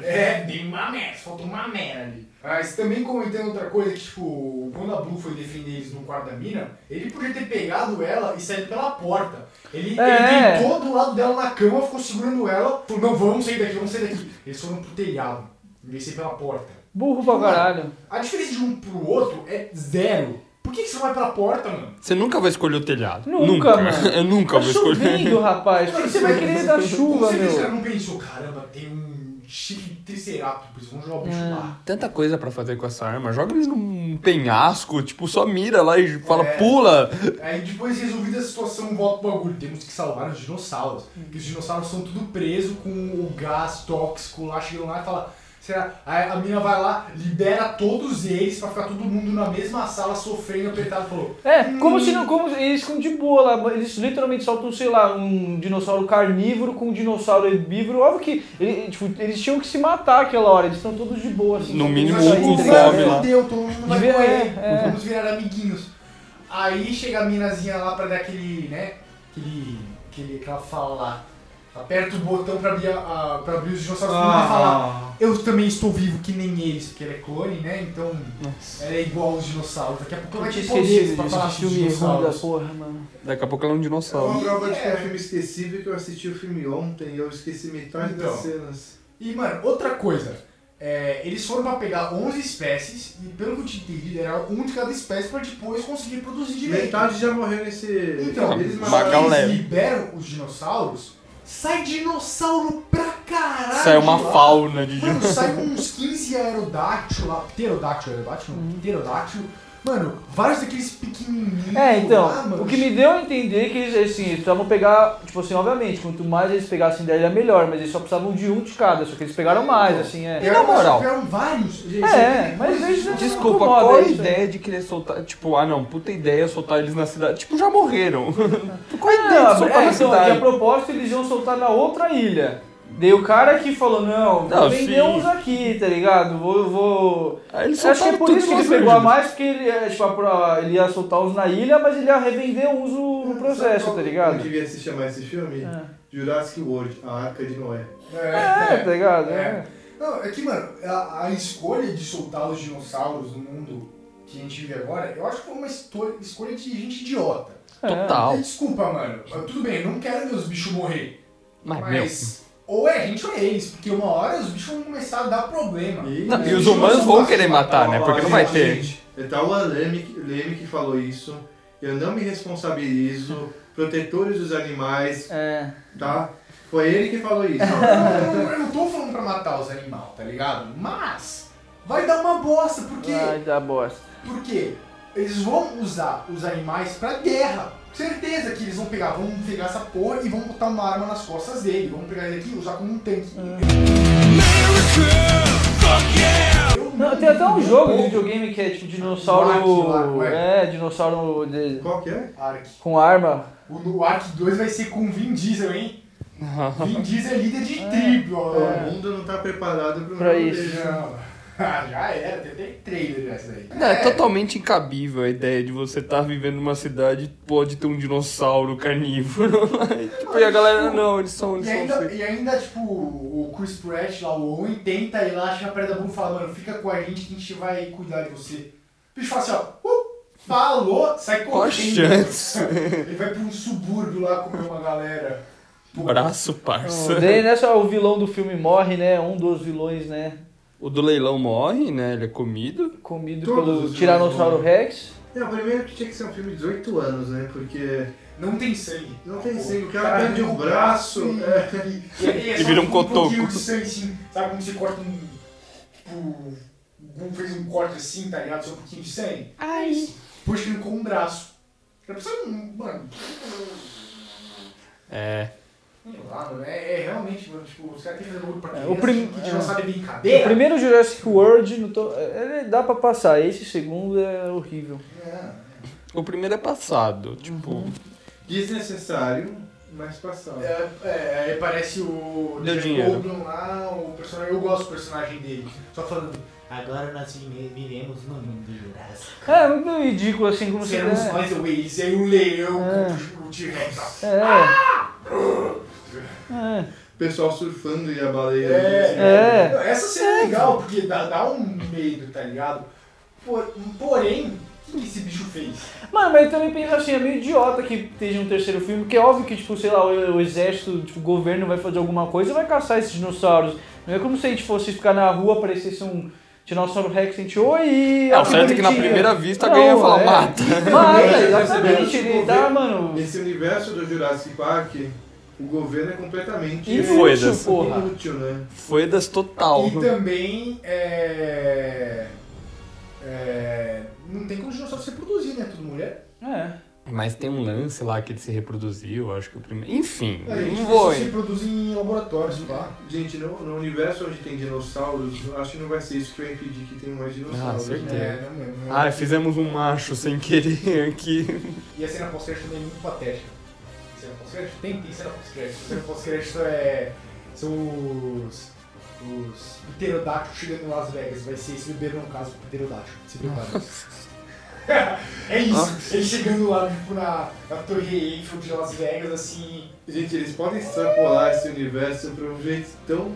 S1: É, deu uma merda, faltou uma merda ali. Mas também comentando outra coisa, que tipo, quando a Blue foi defender eles no quarto da mina, ele podia ter pegado ela e saído pela porta. Ele,
S4: É.
S1: ele deitou do lado dela na cama, ficou segurando ela, falou, não, vamos sair daqui, vamos sair daqui. Eles foram pro telhado, em vez de sair pela porta.
S4: Burro pra caralho.
S1: A diferença de um pro outro é zero. Por que, que você não vai pela porta, mano?
S3: Você nunca vai escolher o telhado.
S4: Nunca, mano.
S3: Eu nunca
S4: Tá
S3: vou escolher.
S4: chovendo, rapaz.
S1: é
S4: Por que você vai querer da chuva,
S1: Você vê, os
S4: meu?
S1: caras não pensou, caramba, tem um chifre de triceratops, vamos jogar o bicho
S4: É.
S1: lá.
S3: Tanta coisa pra fazer com essa arma. Joga eles num penhasco, tipo, só mira lá e fala,
S1: É.
S3: pula.
S1: Aí depois resolvida a situação, volta o bagulho. Temos que salvar os dinossauros.
S4: Uhum.
S1: Porque os dinossauros são tudo preso com o gás tóxico lá, chegam lá e fala. Será? Aí a mina vai lá, libera todos eles pra ficar todo mundo na mesma sala sofrendo, apertado, falou.
S4: É, como se não. Como, eles ficam de boa lá. Eles literalmente soltam, sei lá, um dinossauro carnívoro com um dinossauro herbívoro. Óbvio que ele- tipo, eles tinham que se matar aquela hora. Eles estão todos de boa, assim.
S3: No
S4: só
S3: mínimo, um
S4: todos aí,
S3: com
S4: tá ligado?
S3: fome lá.
S1: Deu, todo mundo vai
S4: Devia-
S1: morrer.
S4: é, é.
S1: Vamos virar amiguinhos. Aí chega a minazinha lá pra dar aquele, né? Aquele. aquele aquela fala lá. Aperta o botão pra abrir, a, a- pra abrir os dinossauros ah. e falar. Eu também estou vivo que nem eles, porque ela é clone, né? Então ela é igual aos dinossauros. Daqui a pouco
S4: Eu
S1: ela vai
S4: tinha
S1: ter poderes
S4: esquecido
S1: pra
S4: disso,
S1: falar
S4: que
S1: sobre os
S4: filme ruim da
S1: dinossauros.
S4: porra, mano.
S3: Daqui a pouco ela é um
S2: É
S3: dinossauro.
S2: uma prova de que é um
S1: É.
S2: filme esquecível que eu assisti o filme ontem e eu esqueci metade
S1: Então.
S2: das cenas.
S1: E, mano, outra coisa. é, eles foram pra pegar 11 espécies e, pelo que eu tinha entendido, era um de cada espécie pra depois conseguir produzir direito.
S2: Metade já morreu nesse.
S1: Então,
S2: eles
S1: eles,
S3: Macau
S2: mataram.
S3: leve.
S1: eles liberam os dinossauros, sai dinossauro pra caralho!
S3: Sai uma
S1: lá.
S3: fauna de
S1: Mano,
S3: dinossauro.
S1: sai uns 15 aerodáctil lá, pterodáctil, aerodáctil, não, pterodáctil. Mano, vários daqueles pequenininhos
S4: É, então,
S1: lá, ah, mano.
S4: o que me deu a entender que eles, assim, eles precisavam pegar, tipo assim, obviamente, quanto mais eles pegassem daí era melhor, mas eles só precisavam de um de cada, só que eles pegaram mais, assim, é.
S1: Pegaram-
S3: moral?
S1: Pegaram vários, gente. tipo,
S4: É, mas eles não
S3: Desculpa,
S4: incomoda
S3: qual a
S4: isso, né?
S3: ideia de querer soltar? Tipo, ah não, puta ideia soltar eles na cidade. Tipo, já morreram. qual a ideia
S4: Não,
S3: de soltar
S4: é,
S3: na
S4: então, e a
S3: cidade?
S4: propósito eles iam soltar na outra ilha. Daí o cara aqui falou, não, vou
S3: Não,
S4: vender
S3: sim.
S4: uns aqui, tá ligado? Vou, vou...
S3: Aí eles
S4: Acho que é
S3: soltaram
S4: por
S3: tudo
S4: isso que
S3: lá
S4: ele
S3: verde.
S4: pegou a mais, porque ele, é, tipo, a pro- ele ia soltar uns na ilha, mas ele ia revender uns no no processo, tá
S2: Não
S4: ligado?
S2: devia se chamar esse filme? Jurassic World, a Arca de Noé.
S4: É, tá ligado? É.
S1: Não, é que, mano, a, a escolha de soltar os dinossauros no mundo que a gente vive agora, eu acho que foi uma esto- escolha de gente idiota.
S3: Total.
S1: Desculpa, mano. Tudo bem, eu não quero ver os bichos morrer.
S3: Mas, meu,
S1: Mas Ou é a gente ou é eles, porque uma hora os bichos vão começar a dar problema.
S3: Não, e
S1: bichos
S3: os
S1: não
S3: humanos
S1: são
S3: vão
S1: fáceis
S3: querer
S1: de
S3: matar, né?
S2: Ó,
S3: Porque não vai
S2: gente,
S3: ter.
S2: Gente, é tal a Leme, que- Leme que falou isso. Eu não me responsabilizo. Protetores dos animais,
S4: É.
S2: tá? Foi ele que falou isso. ó.
S1: Não, Ah, eu não tô falando pra matar os animais, tá ligado? Mas vai dar uma bosta, porque
S4: Ai, dá bosta.
S1: Porque eles vão usar os animais pra guerra. Certeza que eles vão pegar, vão pegar essa porra e vão botar uma arma nas costas dele. Vão pegar ele aqui e usar como um tanque. Eu
S4: Não, tem até um
S1: duvido
S4: jogo de
S1: pouco.
S4: videogame que é tipo
S1: Ark
S4: dinossauro.
S1: lá,
S4: É, dinossauro de-
S2: Qual que é?
S1: Ark.
S4: com arma.
S1: O, o Ark 2 vai ser com o Vin Diesel, hein? Vin Diesel é líder de é. ó.
S2: O mundo não tá preparado pro
S4: Pra
S2: mundo
S4: isso.
S2: dele.
S1: Não. Ah, Já era, tem até trailer dessa aí.
S3: É, totalmente incabível a ideia de você estar vivendo numa cidade e pode ter um dinossauro carnívoro. tipo, e a galera, não, eles são, eles
S1: E
S3: são
S1: ainda,
S3: assim.
S1: e ainda, tipo, o Chris Pratt lá, o Owen, tenta ir lá, chega perto da bunda e fala, mano, fica com a gente que a gente vai cuidar de você. O bicho fala assim, ó, uh, falou, sai
S3: Qual a
S1: correndo.
S3: chance?
S1: Ele vai pra um subúrbio lá comer uma galera.
S3: Braço, parça.
S4: Daí nessa o vilão do filme morre, né? Um dos vilões, né?
S3: O do leilão morre, né? Ele é comido.
S4: Comido
S2: Todos os
S4: pelo
S2: vilões
S4: Tiranossauro
S2: morrem.
S4: Rex.
S2: É, o primeiro que tinha que ser um filme de 18 anos, né? Porque
S1: Não tem sangue.
S2: não tem
S1: Pô,
S2: sangue. O cara perde um braço. É.
S1: E, e, é
S3: E
S1: só
S3: vira um
S1: pouquinho
S3: cotoco.
S1: de sangue, assim, sabe como você corta um, tipo, um, fez um corte assim, tá ligado? Só um pouquinho de sangue. Ai. Puxa ele com um braço. A pessoa, não- mano,
S3: É.
S1: Sei lá, mano, é, é realmente, mano, tipo, os caras têm que fazer bagulho pra
S4: É,
S1: criança
S4: o prim-
S1: que já
S4: é.
S1: não sabe brincadeira.
S4: O primeiro Jurassic World, não tô- ele dá pra passar. Esse segundo é horrível.
S1: É.
S3: O primeiro é passado. Tipo,
S2: Desnecessário, mas passado.
S1: É, é, é, parece o
S3: Deu
S1: Jeff
S3: dinheiro.
S1: Goldblum lá, o personagem, eu gosto do personagem dele, só falando,
S8: Agora nós vire- viremos no mundo Jurássico.
S4: É, muito ridículo assim como se.
S1: seremos nós o Waze, um e aí o leão,
S4: É.
S1: o T-Rex, tá?
S4: É. É. é.
S2: O pessoal surfando e a baleia. assim.
S4: É.
S1: Não, Essa cena é legal, porque dá, dá um medo, tá ligado? Por- porém, o que esse bicho fez?
S4: Mano, mas eu também penso assim, é meio idiota que esteja um terceiro filme, porque é óbvio que, tipo, sei lá, o, o exército, tipo, o governo vai fazer alguma coisa e vai caçar esses dinossauros. Não é como se a gente fosse ficar na rua, aparecesse um dinossauro rex e a gente, oi,
S3: é, o
S4: olha
S3: certo é que na
S4: bonitinho."
S3: primeira vista
S4: Não,
S3: alguém ia falar,
S4: é.
S3: mata.
S4: Mata,
S2: Ninguém vai
S4: exatamente,
S2: perceber.
S4: ele tá, mano,
S2: Nesse universo do Jurassic Park, o governo é completamente
S3: E foi,
S4: inútil,
S3: dessa.
S4: porra.
S2: inútil, né?
S3: Foi das total.
S1: E também é. é, não tem como o dinossauro se reproduzir, né? Tudo mulher.
S4: É.
S3: Mas tem um lance lá que ele se reproduziu, acho que o primeiro. Enfim,
S1: A gente
S3: não vou.
S1: se
S3: hein.
S1: reproduz em laboratórios, pá.
S2: Gente, no, no universo onde tem dinossauros, eu acho que não vai ser isso que vai impedir que tenha mais
S3: Ah,
S2: dinossauros.
S3: certeza.
S2: né?
S1: É, não mesmo. não.
S3: Ah, fizemos um macho sem querer aqui.
S1: E a cena pós-crédito também é muito patética. Cena pós-crédito? Tem, tem cena pós-crédito. Cena pós-crédito é. São os. Os pterodáctilos chegando em Las Vegas. Vai ser esse bebê, não caso, pterodáctilo. Se prepara. é isso. Ele chegando lá, tipo, na, na Torre Eiffel de Las Vegas, assim.
S2: Gente, eles podem extrapolar esse universo pra um jeito tão,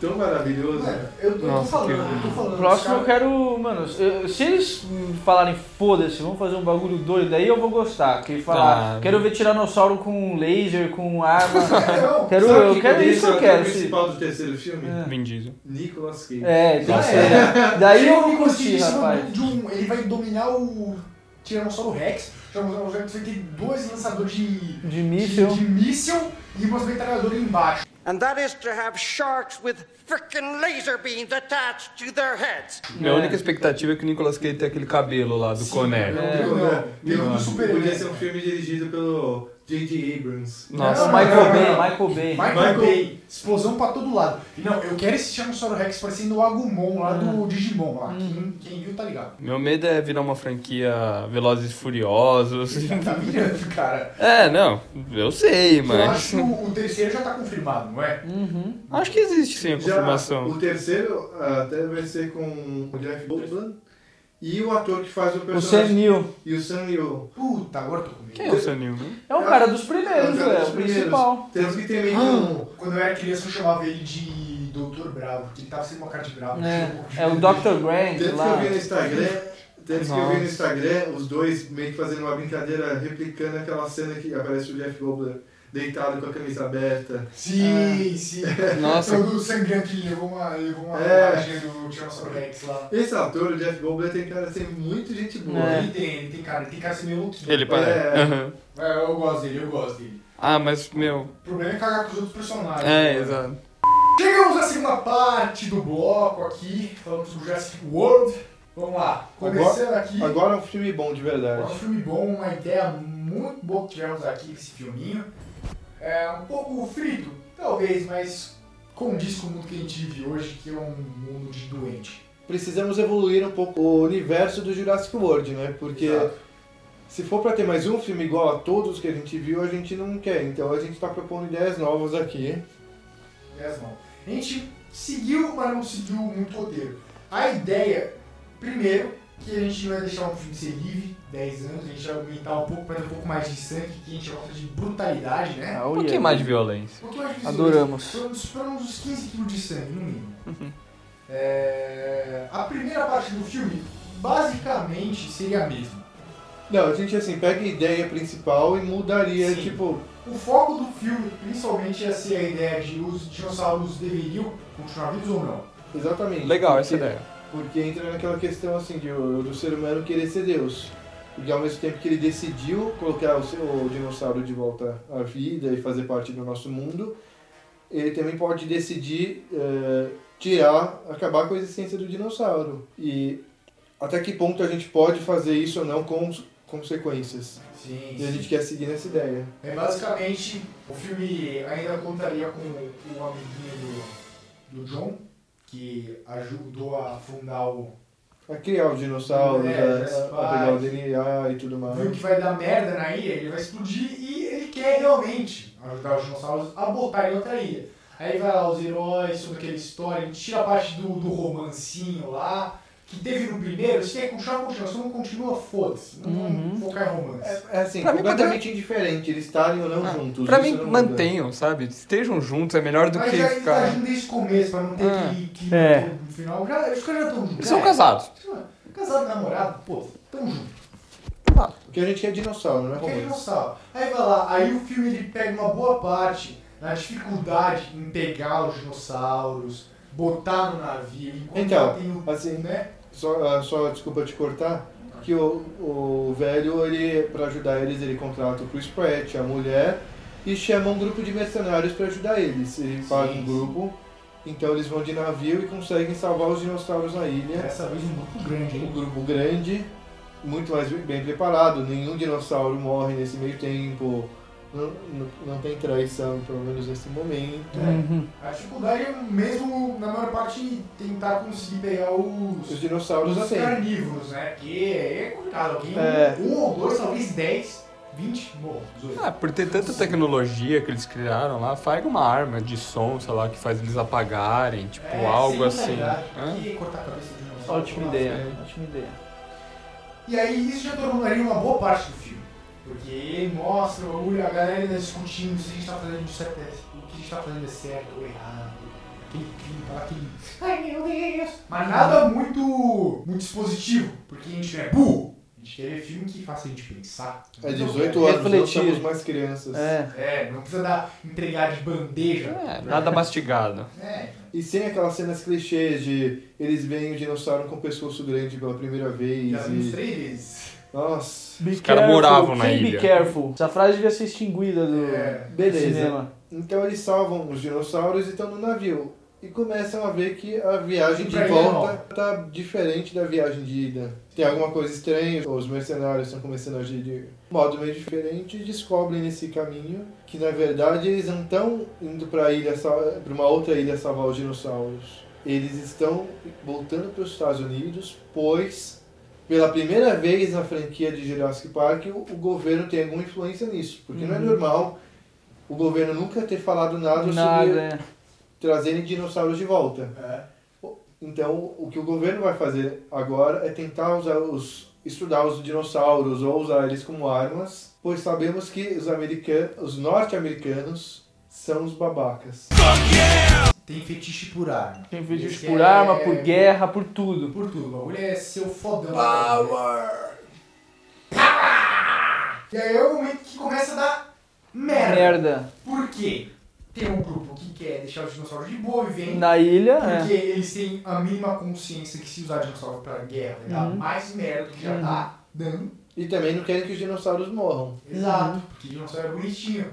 S2: tão maravilhoso.
S1: Mano, eu tô, eu tô
S3: Nossa,
S1: falando,
S3: que-
S1: eu tô falando.
S4: O
S1: os
S4: próximo
S1: cara-
S4: eu quero, mano, eu- se eles hum, falarem foda-se, vamos fazer um bagulho doido, daí eu vou gostar. Que falar,
S3: Ah,
S4: quero ver tiranossauro com laser, com arma.
S1: Não,
S4: quero,
S2: Sabe
S4: eu
S2: quem
S4: quero
S2: poderia
S4: isso,
S2: ser é o
S4: eu quero.
S2: ator
S4: se-
S2: principal do terceiro filme?
S4: É.
S3: Vin Diesel.
S2: Nicolas Cage.
S4: É, tem
S1: Já
S4: que
S1: era.
S4: ser. Daí
S1: Chega
S4: eu
S1: o
S4: não
S1: Nicolas
S4: curti,
S1: Cage em cima
S4: rapaz.
S1: de um- ele vai dominar o Tiranossauro Rex. O Tiranossauro Rex vai ter dois lançadores de,
S4: De
S1: de,
S4: míssil.
S1: de míssil e umas metralhadoras embaixo.
S7: And that is to have sharks with frickin' laser beams attached to their heads.
S3: Minha única expectativa é que o Nicolas Cage tenha aquele cabelo lá do Conner.
S1: É,
S2: Não,
S1: não. Tem um
S2: Nicolas-
S1: do super
S2: Podia ser um filme dirigido pelo J.J. Abrams.
S3: Nossa,
S4: O
S1: Não, mas-
S4: Michael Bay, Michael Bay.
S1: Michael,
S2: Michael-
S1: Bay, explosão pra todo lado. E Não, eu quero esse Tiranossauro Rex parecendo o Agumon lá do Digimon. Lá. Quem, quem viu tá ligado.
S3: meu medo é virar uma franquia Velozes e Furiosos.
S1: Tá virando, cara.
S3: É, não, eu sei,
S1: Eu
S3: mas.
S1: acho que o, o terceiro já tá confirmado, não é?
S4: Uhum.
S3: Acho que existe sim a
S2: Já
S3: confirmação.
S2: o terceiro ah, até vai ser com o Jeff Goldblum e o ator que faz o
S4: O Sam
S2: personagem.
S4: Neill.
S2: E o Sam Neill.
S1: Puta, agora eu tô com medo.
S3: Quem é o Sanil, né?
S4: É o cara dos primeiros,
S2: É um
S4: é
S2: dos primeiros.
S4: o principal.
S2: Temos que ter meio
S4: Ah,
S2: que um...
S1: Quando eu era criança, eu chamava ele de Doutor Bravo, porque ele tava sendo uma cara de bravo.
S4: É, é o Dr.
S2: Temos
S4: Grant
S2: que eu vi no
S4: lá.
S2: Instagram... Temos que eu vi
S3: Nossa.
S2: no Instagram os dois meio que fazendo uma brincadeira replicando aquela cena que aparece o Jeff Goldblum deitado com a camisa aberta.
S1: Sim, sim.
S3: Nossa.
S1: Todo sangrando que ele levou uma, levou uma
S2: É.
S1: imagem do Tiranossauro Rex lá.
S2: Esse ator, o Jeff Goldblum, tem cara de ser muito gente boa.
S4: É.
S1: Ele tem, ele tem cara, ele tem cara de ser meio louquinho.
S3: Ele parece.
S2: É.
S3: Aham.
S1: É, eu gosto dele, eu gosto dele.
S3: Ah, mas, meu.
S1: O problema é cagar com os outros personagens.
S3: É,
S1: né?
S3: exato.
S1: Chegamos à segunda parte do bloco aqui, falamos sobre Jurassic World. Vamos lá, começando aqui.
S2: Agora é um filme bom, de
S1: É um
S2: verdade.
S1: filme bom, uma ideia muito boa que tivemos aqui com esse filminho. É um pouco frito, talvez, mas condiz com o mundo que a gente vive hoje, que é um mundo de doente.
S2: Precisamos evoluir um pouco o universo do Jurassic World, né? Porque
S1: Exato.
S2: se for pra ter mais um filme igual a todos que a gente viu, a gente não quer. Então a gente tá propondo ideias novas aqui.
S1: Ideias não. A gente seguiu, mas não seguiu muito roteiro. A ideia, primeiro, que a gente vai deixar um filme ser livre, 10 anos, a gente vai aumentar um pouco, para um pouco mais de sangue, que a gente gosta de brutalidade, né?
S4: Ah, oh
S3: Um pouquinho
S4: yeah.
S3: mais de violência.
S1: Um pouquinho mais de
S4: Adoramos.
S1: Pelo menos, pelo menos uns 15 quilos de sangue, no mínimo. É, a primeira parte do filme, basicamente, seria a mesma.
S2: Não, a gente assim, pega a ideia principal e mudaria,
S1: Sim.
S2: tipo,
S1: O foco do filme, principalmente, ia ser a ideia de os dinossauros deveriam continuar vivos ou não.
S2: exatamente.
S3: Legal
S2: porque-
S3: essa ideia.
S2: Porque entra naquela questão assim de, o- do ser humano querer ser Deus. Porque ao mesmo tempo que ele decidiu colocar o seu dinossauro de volta à vida e fazer parte do nosso mundo, ele também pode decidir eh, tirar, acabar com a existência do dinossauro. E até que ponto a gente pode fazer isso ou não com os- consequências.
S1: Sim,
S2: E a gente quer seguir nessa ideia.
S1: É, basicamente, o filme ainda contaria com com o amiguinho do, do John, que ajudou a fundar o...
S2: A É criar os dinossauros,
S1: É,
S2: a-
S1: Jurassic
S2: a, pegar o
S1: Park.
S2: DNA e tudo
S1: Viu
S2: mais.
S1: que vai dar merda na ilha, ele vai explodir e ele quer realmente ajudar os dinossauros a botarem outra ilha. Aí vai lá os heróis, toda aquela história, ele tira a parte do, do romancinho lá, que teve no primeiro, se quer continuar, continua, se não continua, foda-se. Não
S3: Uhum.
S1: vamos focar em romance.
S2: É, é assim,
S3: Pra mim,
S2: completamente indiferente eles estarem ou não
S3: Ah,
S2: juntos.
S3: Pra
S2: isso
S3: mim,
S2: não muda.
S3: mantenham, sabe? Estejam juntos, é melhor do
S1: Mas
S3: que
S1: já eles
S3: ficar.
S1: agem desde o começo, pra não ter
S3: Ah.
S1: que, que
S4: É.
S1: ter no final. Já, os caras já estão juntos.
S3: Eles são
S1: né?
S3: casados.
S1: Casado, namorado, pô, tamo junto.
S2: O que a gente quer é dinossauro, não é
S1: Porque é
S2: romance.
S1: dinossauro. Aí vai lá, aí o filme ele pega uma boa parte na dificuldade em pegar os dinossauros, botar no navio, enquanto
S2: Então,
S1: tem o.
S2: assim-
S1: né?
S2: Só, ah, só desculpa te cortar, que o, o velho, ele, pra ajudar eles, ele contrata o Chris Pratt, a mulher, e chama um grupo de mercenários pra ajudar eles. Ele paga um
S1: sim.
S2: grupo, então eles vão de navio e conseguem salvar os dinossauros na ilha.
S1: Dessa vez um grupo grande,
S2: Um
S1: hein?
S2: grupo grande, muito mais bem preparado, nenhum dinossauro morre nesse meio tempo, não, não, não tem traição, pelo menos nesse momento.
S1: É.
S3: Uhum.
S1: A dificuldade é mesmo, na maior parte, tentar conseguir pegar os.
S2: Os dinossauros
S1: os
S2: assim.
S1: carnívoros, né? Que é complicado. Alguém,
S2: É.
S1: um ou dois, talvez dez, vinte, bom, 18.
S3: Ah, por ter tanta tecnologia que eles criaram lá, faz uma arma de som, sei lá, que faz eles apagarem, tipo,
S1: É,
S3: algo
S1: sem
S3: assim.
S1: mentalidade.
S3: Hã?
S1: E cortar a cabeça do dinossauro.
S4: Ótima
S1: Nossa,
S4: ideia,
S1: né?
S4: ótima ideia.
S1: E aí isso já tornaria uma boa parte do filme. Porque mostra o bagulho, a galera ainda discutindo se a gente tá fazendo isso certo, é- o que a gente tá fazendo é certo ou errado. Aquele clima, tá lá, aquele. Ai meu Deus! Mas nada muito. muito expositivo, porque a gente não é burro. A gente quer ver filme que faça a gente pensar.
S2: É
S1: Então,
S2: 18 anos, não
S4: Refletir.
S2: somos mais crianças.
S4: É.
S1: É, não precisa dar entregar de bandeja.
S3: É, nada mastigado.
S1: É.
S2: E sem aquelas cenas clichês de eles veem o dinossauro com o pescoço grande pela primeira vez.
S1: Já vimos
S2: E...
S1: três vezes.
S2: Nossa.
S4: Be
S3: caras
S4: careful,
S3: moravam na
S4: quem
S3: ilha.
S4: Be careful. Essa frase devia ser extinguida do,
S1: É,
S4: do
S2: beleza.
S4: cinema.
S2: Então eles salvam os dinossauros e estão no navio. E começam a ver que a viagem de
S1: Pra ele é
S2: volta
S1: nova.
S2: tá diferente da viagem de ida. Tem alguma coisa estranha, os mercenários estão começando a agir de um modo meio diferente e descobrem nesse caminho que na verdade eles não estão indo pra ilha sal- pra uma outra ilha salvar os dinossauros. Eles estão voltando para os Estados Unidos, pois pela primeira vez na franquia de Jurassic Park o, o governo tem alguma influência nisso, porque
S4: Uhum.
S2: não é normal o governo nunca ter falado nada, sobre
S4: Nada, é.
S2: trazerem dinossauros de volta.
S1: É.
S2: Então, o que o governo vai fazer agora é tentar usar os estudar os dinossauros ou usar eles como armas, pois sabemos que os americanos, os norte-americanos são os babacas.
S1: Tem fetiche por arma.
S4: Tem vídeos
S1: Esse
S4: por
S1: é-
S4: arma, por guerra, por tudo.
S1: Por tudo, o bagulho é seu fodão. Power! E aí é o momento que começa a dar merda.
S4: Merda.
S1: Por quê? Tem um grupo que quer deixar os dinossauros de boa vivendo,
S4: Na ilha,
S1: porque
S4: é.
S1: eles têm a mínima consciência que se usar dinossauro pra guerra, vai dar
S4: Uhum.
S1: mais merda do que já
S4: Uhum.
S1: tá dando.
S2: E também não querem que os dinossauros morram.
S1: Exato.
S4: Uhum.
S1: Porque dinossauro é bonitinho.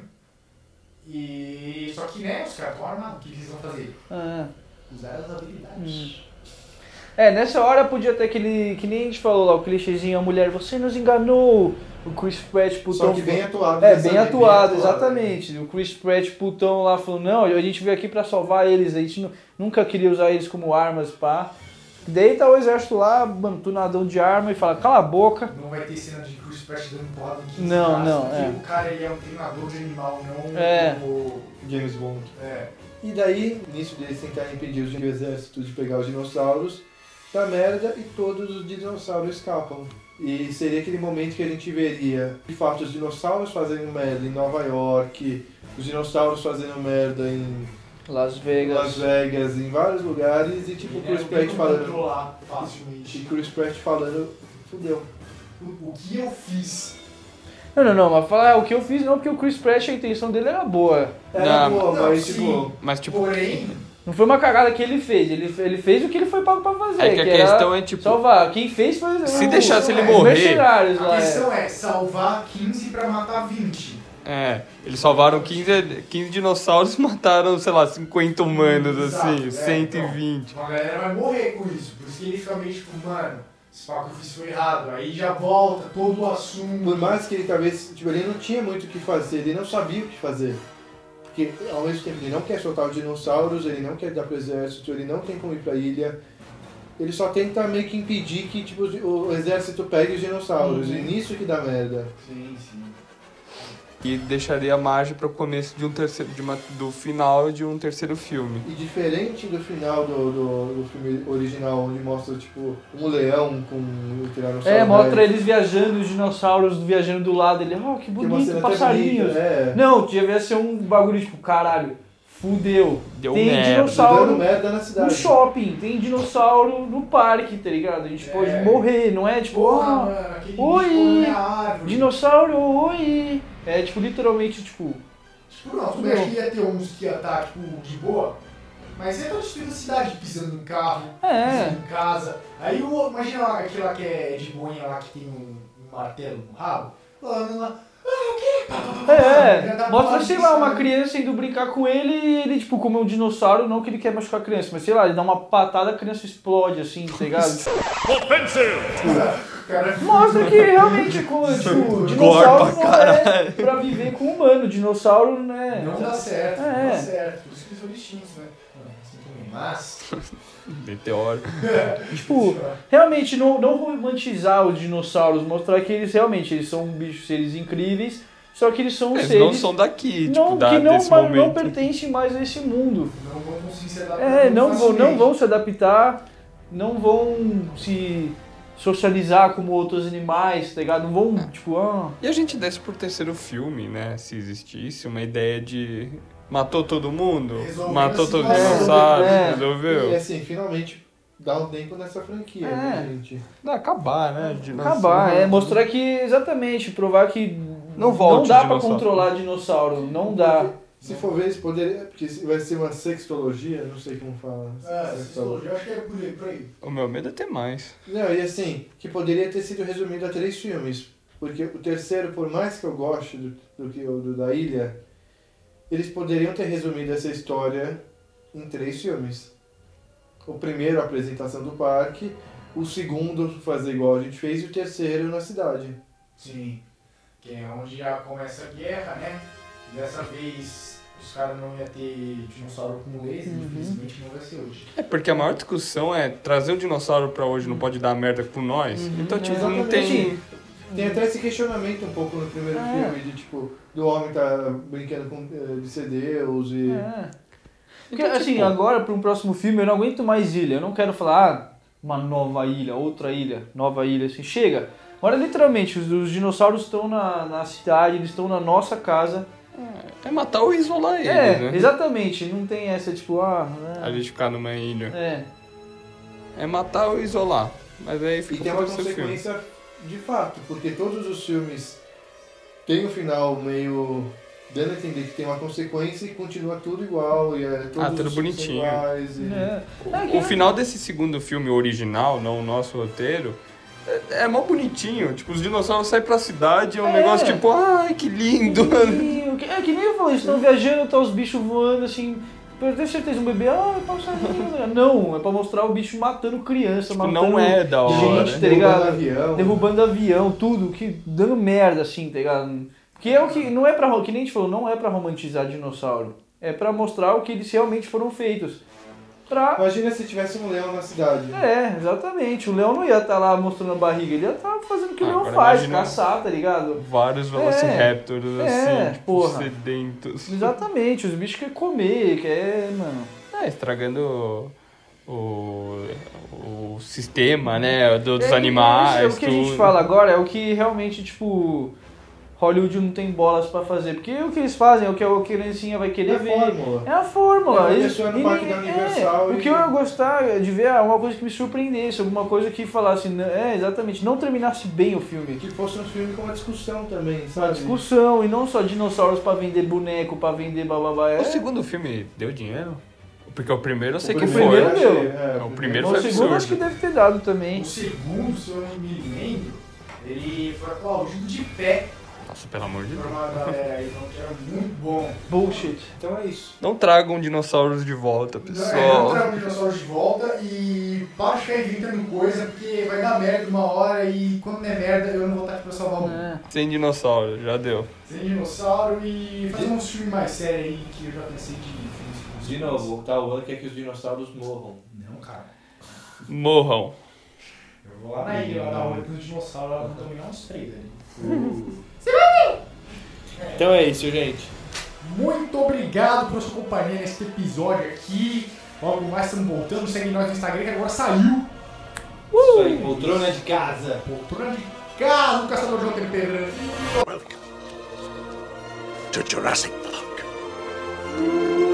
S1: E. Só que, né, os caras estão armados. O que que eles vão fazer?
S4: é.
S1: Usar as
S4: Hum.
S1: habilidades.
S4: É, nessa hora podia ter aquele. Que nem a gente falou lá, o clichêzinho, a mulher, você nos enganou! O Chris Pratt putão.
S2: Só que bem atuado.
S4: É,
S2: dessa
S4: bem
S2: vez,
S4: atuado,
S2: né?
S4: exatamente. O Chris Pratt putão lá falou, não, a gente veio aqui pra salvar eles, a gente nu- nunca queria usar eles como armas, pá. Daí tá o exército lá, mano, tunadão de arma e fala, cala a boca.
S1: Não vai ter cena de Chris Pratt dando porrada em 15
S4: Não,
S1: caras,
S4: não,
S1: porque
S4: é.
S1: o cara ele é um treinador de animal, não
S4: É.
S1: o-
S2: James Bond.
S1: É.
S2: E daí, nisso deles tentarem impedir os- o exército de pegar os dinossauros, dá merda e todos os dinossauros escapam. E seria aquele momento que a gente veria, de fato, os dinossauros fazendo merda em Nova York, os dinossauros fazendo merda em
S4: Las Vegas.
S2: Las Vegas, em vários lugares, e tipo o
S1: Ele
S2: Chris
S1: é
S2: Pratt falando.
S1: controlar
S2: E
S1: facilmente.
S2: Chris Pratt falando, fudeu.
S1: O, o que eu fiz?
S4: Não, não, não, mas falar ah, o que eu fiz não, porque o Chris Pratt, a intenção dele era boa.
S2: Era
S3: Não.
S2: É, boa,
S1: Não,
S2: mas
S1: sim.
S2: tipo.
S3: Mas, tipo,
S1: Porém,
S4: Não foi uma cagada que ele fez, ele, ele fez o que ele foi pago pra fazer.
S3: é que a
S4: era
S3: questão é, tipo,
S4: Salvar, quem fez foi
S3: se
S4: o-
S3: deixasse ele
S4: os
S3: morrer-
S4: mercenários
S1: a
S4: lá, é.
S1: questão é salvar 15 pra matar 20.
S3: é, eles salvaram 15, 15 dinossauros e mataram, sei lá, 50 humanos,
S1: Exato,
S3: assim,
S1: é,
S3: 120.
S1: Então a galera vai morrer com isso. Por isso que ele fica meio tipo, mano, esse papo que eu fiz foi errado. Aí já volta todo o assunto.
S2: Por mais que ele talvez, tipo, ele não tinha muito o que fazer, ele não sabia o que fazer. Porque ao mesmo tempo ele não quer soltar os dinossauros, ele não quer dar pro exército, ele não tem como ir pra ilha. Ele só tenta meio que impedir que tipo, o o exército pegue os dinossauros.
S4: Uhum.
S2: E nisso que dá merda.
S1: Sim, sim.
S3: E deixaria a margem para o começo de um terceiro, de uma, do final de um terceiro filme.
S2: E diferente do final do, do, do filme original, onde mostra tipo um leão com um tiranossauro.
S4: É, mostra
S2: velho,
S4: eles viajando, os dinossauros viajando do lado, ele, oh, que
S2: que é uma cena
S4: bonito,
S2: até
S4: passarinhos.
S2: bonita, É.
S4: Não, devia ser um bagulho tipo, caralho, fudeu.
S3: Deu
S4: tem
S3: merda.
S2: Dando
S4: dinossauro
S2: merda na
S4: no
S2: cidade.
S4: shopping, tem dinossauro no parque, tá ligado? A gente
S1: É.
S4: pode morrer, não é tipo,
S1: Porra,
S4: ah,
S1: mano, aquele
S4: oi.
S1: bicho pulou na minha árvore.
S4: dinossauro, oi. É tipo, literalmente, tipo,
S1: Tipo, não, tudo bem que ia ter uns que ia estar, tipo, de boa. Mas ele tá destruindo a cidade, pisando em carro,
S4: É.
S1: pisando em casa. Aí, o, imagina lá, aquela que é de boinha lá, que tem um, um martelo no rabo. Lá, lá, lá. Ah, o quê? Pá, pá, pá, pá, pá. Já
S4: é,
S1: dá
S4: mostra,
S1: bala
S4: sei
S1: de
S4: lá,
S1: saco.
S4: uma criança indo brincar com ele e ele, tipo, como é um dinossauro, não que ele quer machucar a criança, mas sei lá, ele dá uma patada, a criança explode, assim, tá ligado?
S1: O cara
S4: Mostra que realmente, com, tipo, dinossauro não é pra viver com humano. Dinossauro, né?
S1: não dá certo,
S4: É.
S1: não dá certo. Por isso que eles são distintos, né? Assim também. Mas,
S3: Meteoro.
S4: Tipo, realmente, não, não romantizar os dinossauros. Mostrar que eles realmente eles são bichos, seres incríveis. Só que eles são
S3: Eles
S4: seres
S3: não são daqui, tipo,
S4: não-
S3: da,
S4: que não,
S3: desse
S4: ma- não
S3: momento.
S4: pertencem mais a esse mundo.
S1: não vão conseguir se adaptar.
S4: É,
S1: muito
S4: não vão, não
S1: facilmente.
S4: vão se adaptar, não vão se socializar como outros animais, tá ligado? Não vão, tipo, ah...
S3: E a gente desse por terceiro filme, né? Se existisse uma ideia de. Matou todo mundo?
S1: Resolveu
S3: matou
S1: a
S3: todos os
S1: situação.
S3: dinossauros?
S4: É.
S3: Resolveu?
S2: E assim, finalmente dá um tempo nessa franquia,
S4: É.
S2: né, gente?
S3: Não, acabar, né? Dinossauro.
S4: Acabar, é mostrar que exatamente, provar que
S3: Não volta
S4: não dá
S3: o
S4: pra
S3: dinossauro.
S4: controlar dinossauro, não dá.
S2: Se for ver, isso poderia. Porque vai ser uma sextologia, não sei como fala.
S4: É,
S1: Ah, se for,
S2: Sextologia.
S1: eu acho que é por aí, por aí.
S3: O meu medo é ter mais.
S2: Não, e assim, que poderia ter sido resumido a três filmes. Porque o terceiro, por mais que eu goste do, do que o do da ilha, eles poderiam ter resumido essa história em três filmes. O primeiro, a apresentação do parque. O segundo, fazer igual a gente fez. E o terceiro, na cidade.
S1: Sim. Que é onde já começa a guerra, né? Dessa vez os caras não iam ter dinossauro com laser,
S4: Uhum.
S1: infelizmente não vai ser hoje.
S3: É porque a maior discussão é trazer o dinossauro pra hoje
S4: Uhum.
S3: não pode dar merda com nós. então, tipo, não
S2: Exatamente.
S3: tem.
S2: Tem até esse questionamento um pouco no primeiro
S4: Uhum. É.
S2: filme, de tipo, do homem tá brincando com, eh, de ser Deus e.
S4: É. Porque assim, agora pra um próximo filme eu não aguento mais ilha, eu não quero falar ah, uma nova ilha, outra ilha, nova ilha, assim, chega. Agora literalmente, os, os dinossauros estão na, na cidade, eles estão na nossa casa.
S3: É matar ou isolar ele,
S4: é,
S3: né?
S4: exatamente, não tem essa tipo, ah,
S3: A
S4: né?
S3: gente ficar numa ilha.
S4: É.
S3: É matar ou isolar. Mas aí
S2: E
S3: fica
S2: tem
S3: pro
S2: uma
S3: terceiro filme.
S2: consequência de fato, porque todos os filmes têm um final meio dando a entender que tem uma consequência e continua tudo igual. E é, todos
S3: Ah, tudo
S2: os filmes são
S3: bonitinho.
S2: Iguais, e...
S4: É que-
S3: O final desse segundo filme original, não o nosso roteiro, é- é mó bonitinho. Tipo, os dinossauros saem pra cidade, é um
S4: É.
S3: negócio tipo, ai, que lindo.
S4: Sim, o que- É que nem eu falei, eles estão viajando, tá os bichos voando assim. Eu tenho certeza, um bebê, ah, é passarinho. Não, é pra mostrar o bicho matando criança,
S3: Tipo,
S4: matando
S3: não é da hora.
S4: gente, tá
S2: Derrubando
S4: ligado?
S2: avião.
S4: Derrubando avião, tudo, que, dando merda assim, tá ligado? Que é o que não é pra. ro- Que nem a gente falou, não é pra romantizar dinossauro. É pra mostrar o que eles realmente foram feitos. Pra.
S2: Imagina se tivesse um leão na cidade.
S4: É, exatamente. O leão não ia estar lá mostrando a barriga, ele ia estar fazendo o que o
S3: Ah,
S4: leão
S3: agora
S4: faz,
S3: imagina-
S4: caçar, tá ligado?
S3: Vários velociraptors,
S4: É,
S3: assim, tipo,
S4: porra.
S3: sedentos.
S4: Exatamente, os bichos querem comer, quer. Mano.
S3: É, estragando o, o, o sistema, né, do- dos
S4: É,
S3: animais,
S4: isso É o que a gente
S3: tudo.
S4: fala agora, é o que realmente, tipo, Hollywood não tem bolas pra fazer. Porque o que eles fazem, é o que a criancinha vai querer
S2: É a
S4: ver.
S2: fórmula.
S4: É a fórmula.
S2: É,
S4: Eles-
S2: isso é no
S4: e
S2: Parque
S4: ninguém-
S2: da
S4: é,
S2: Universal
S4: O
S2: e-
S4: que eu ia gostar de ver é uma coisa que me surpreendesse, alguma coisa que falasse, "Não- é, exatamente, não terminasse bem o filme.
S2: Que fosse um filme com uma discussão também,
S4: Uma
S2: sabe?
S4: discussão, e não só dinossauros pra vender boneco, pra vender bababá. É,
S3: O segundo filme deu dinheiro? Porque o primeiro eu sei
S2: O
S3: que
S2: primeiro
S3: foi.
S2: eu achei,
S4: meu.
S2: é,
S3: É, o primeiro
S4: o
S3: foi
S4: segundo acho que
S3: absurdo.
S4: deve ter dado também.
S1: O segundo, se eu não me lembro, ele foi aplaudido de pé
S3: Nossa, pelo amor de
S1: por
S3: Deus.
S1: uma galera aí, então que era muito bom.
S4: Bullshit.
S2: Então é isso.
S3: Não tragam dinossauros de volta,
S1: Não,
S3: pessoal.
S1: é, não dinossauros de volta e para de ficar inventando coisa, porque vai dar merda uma hora e quando der merda eu não vou estar aqui pra salvar o mundo.
S4: É.
S3: Sem dinossauro, já deu.
S1: Sem dinossauro e fazer um filme mais sério aí que eu já pensei de filmes com os
S9: De novo, o Tauan quer que os dinossauros morram.
S1: Não, cara.
S3: Morram.
S1: Eu vou lá na ilha, lá na hora dos dinossauros, lá vão dominar uns três ali.
S9: Então é isso, gente.
S1: Muito obrigado por sua companhia nesse episódio aqui. Logo mais estamos voltando. Segue nós no Instagram que agora saiu.
S4: Uh!
S9: Isso aí, né, poltrona de casa.
S1: Poltrona de casa do Caçador João Temperano.
S7: Welcome to Jurassic Park.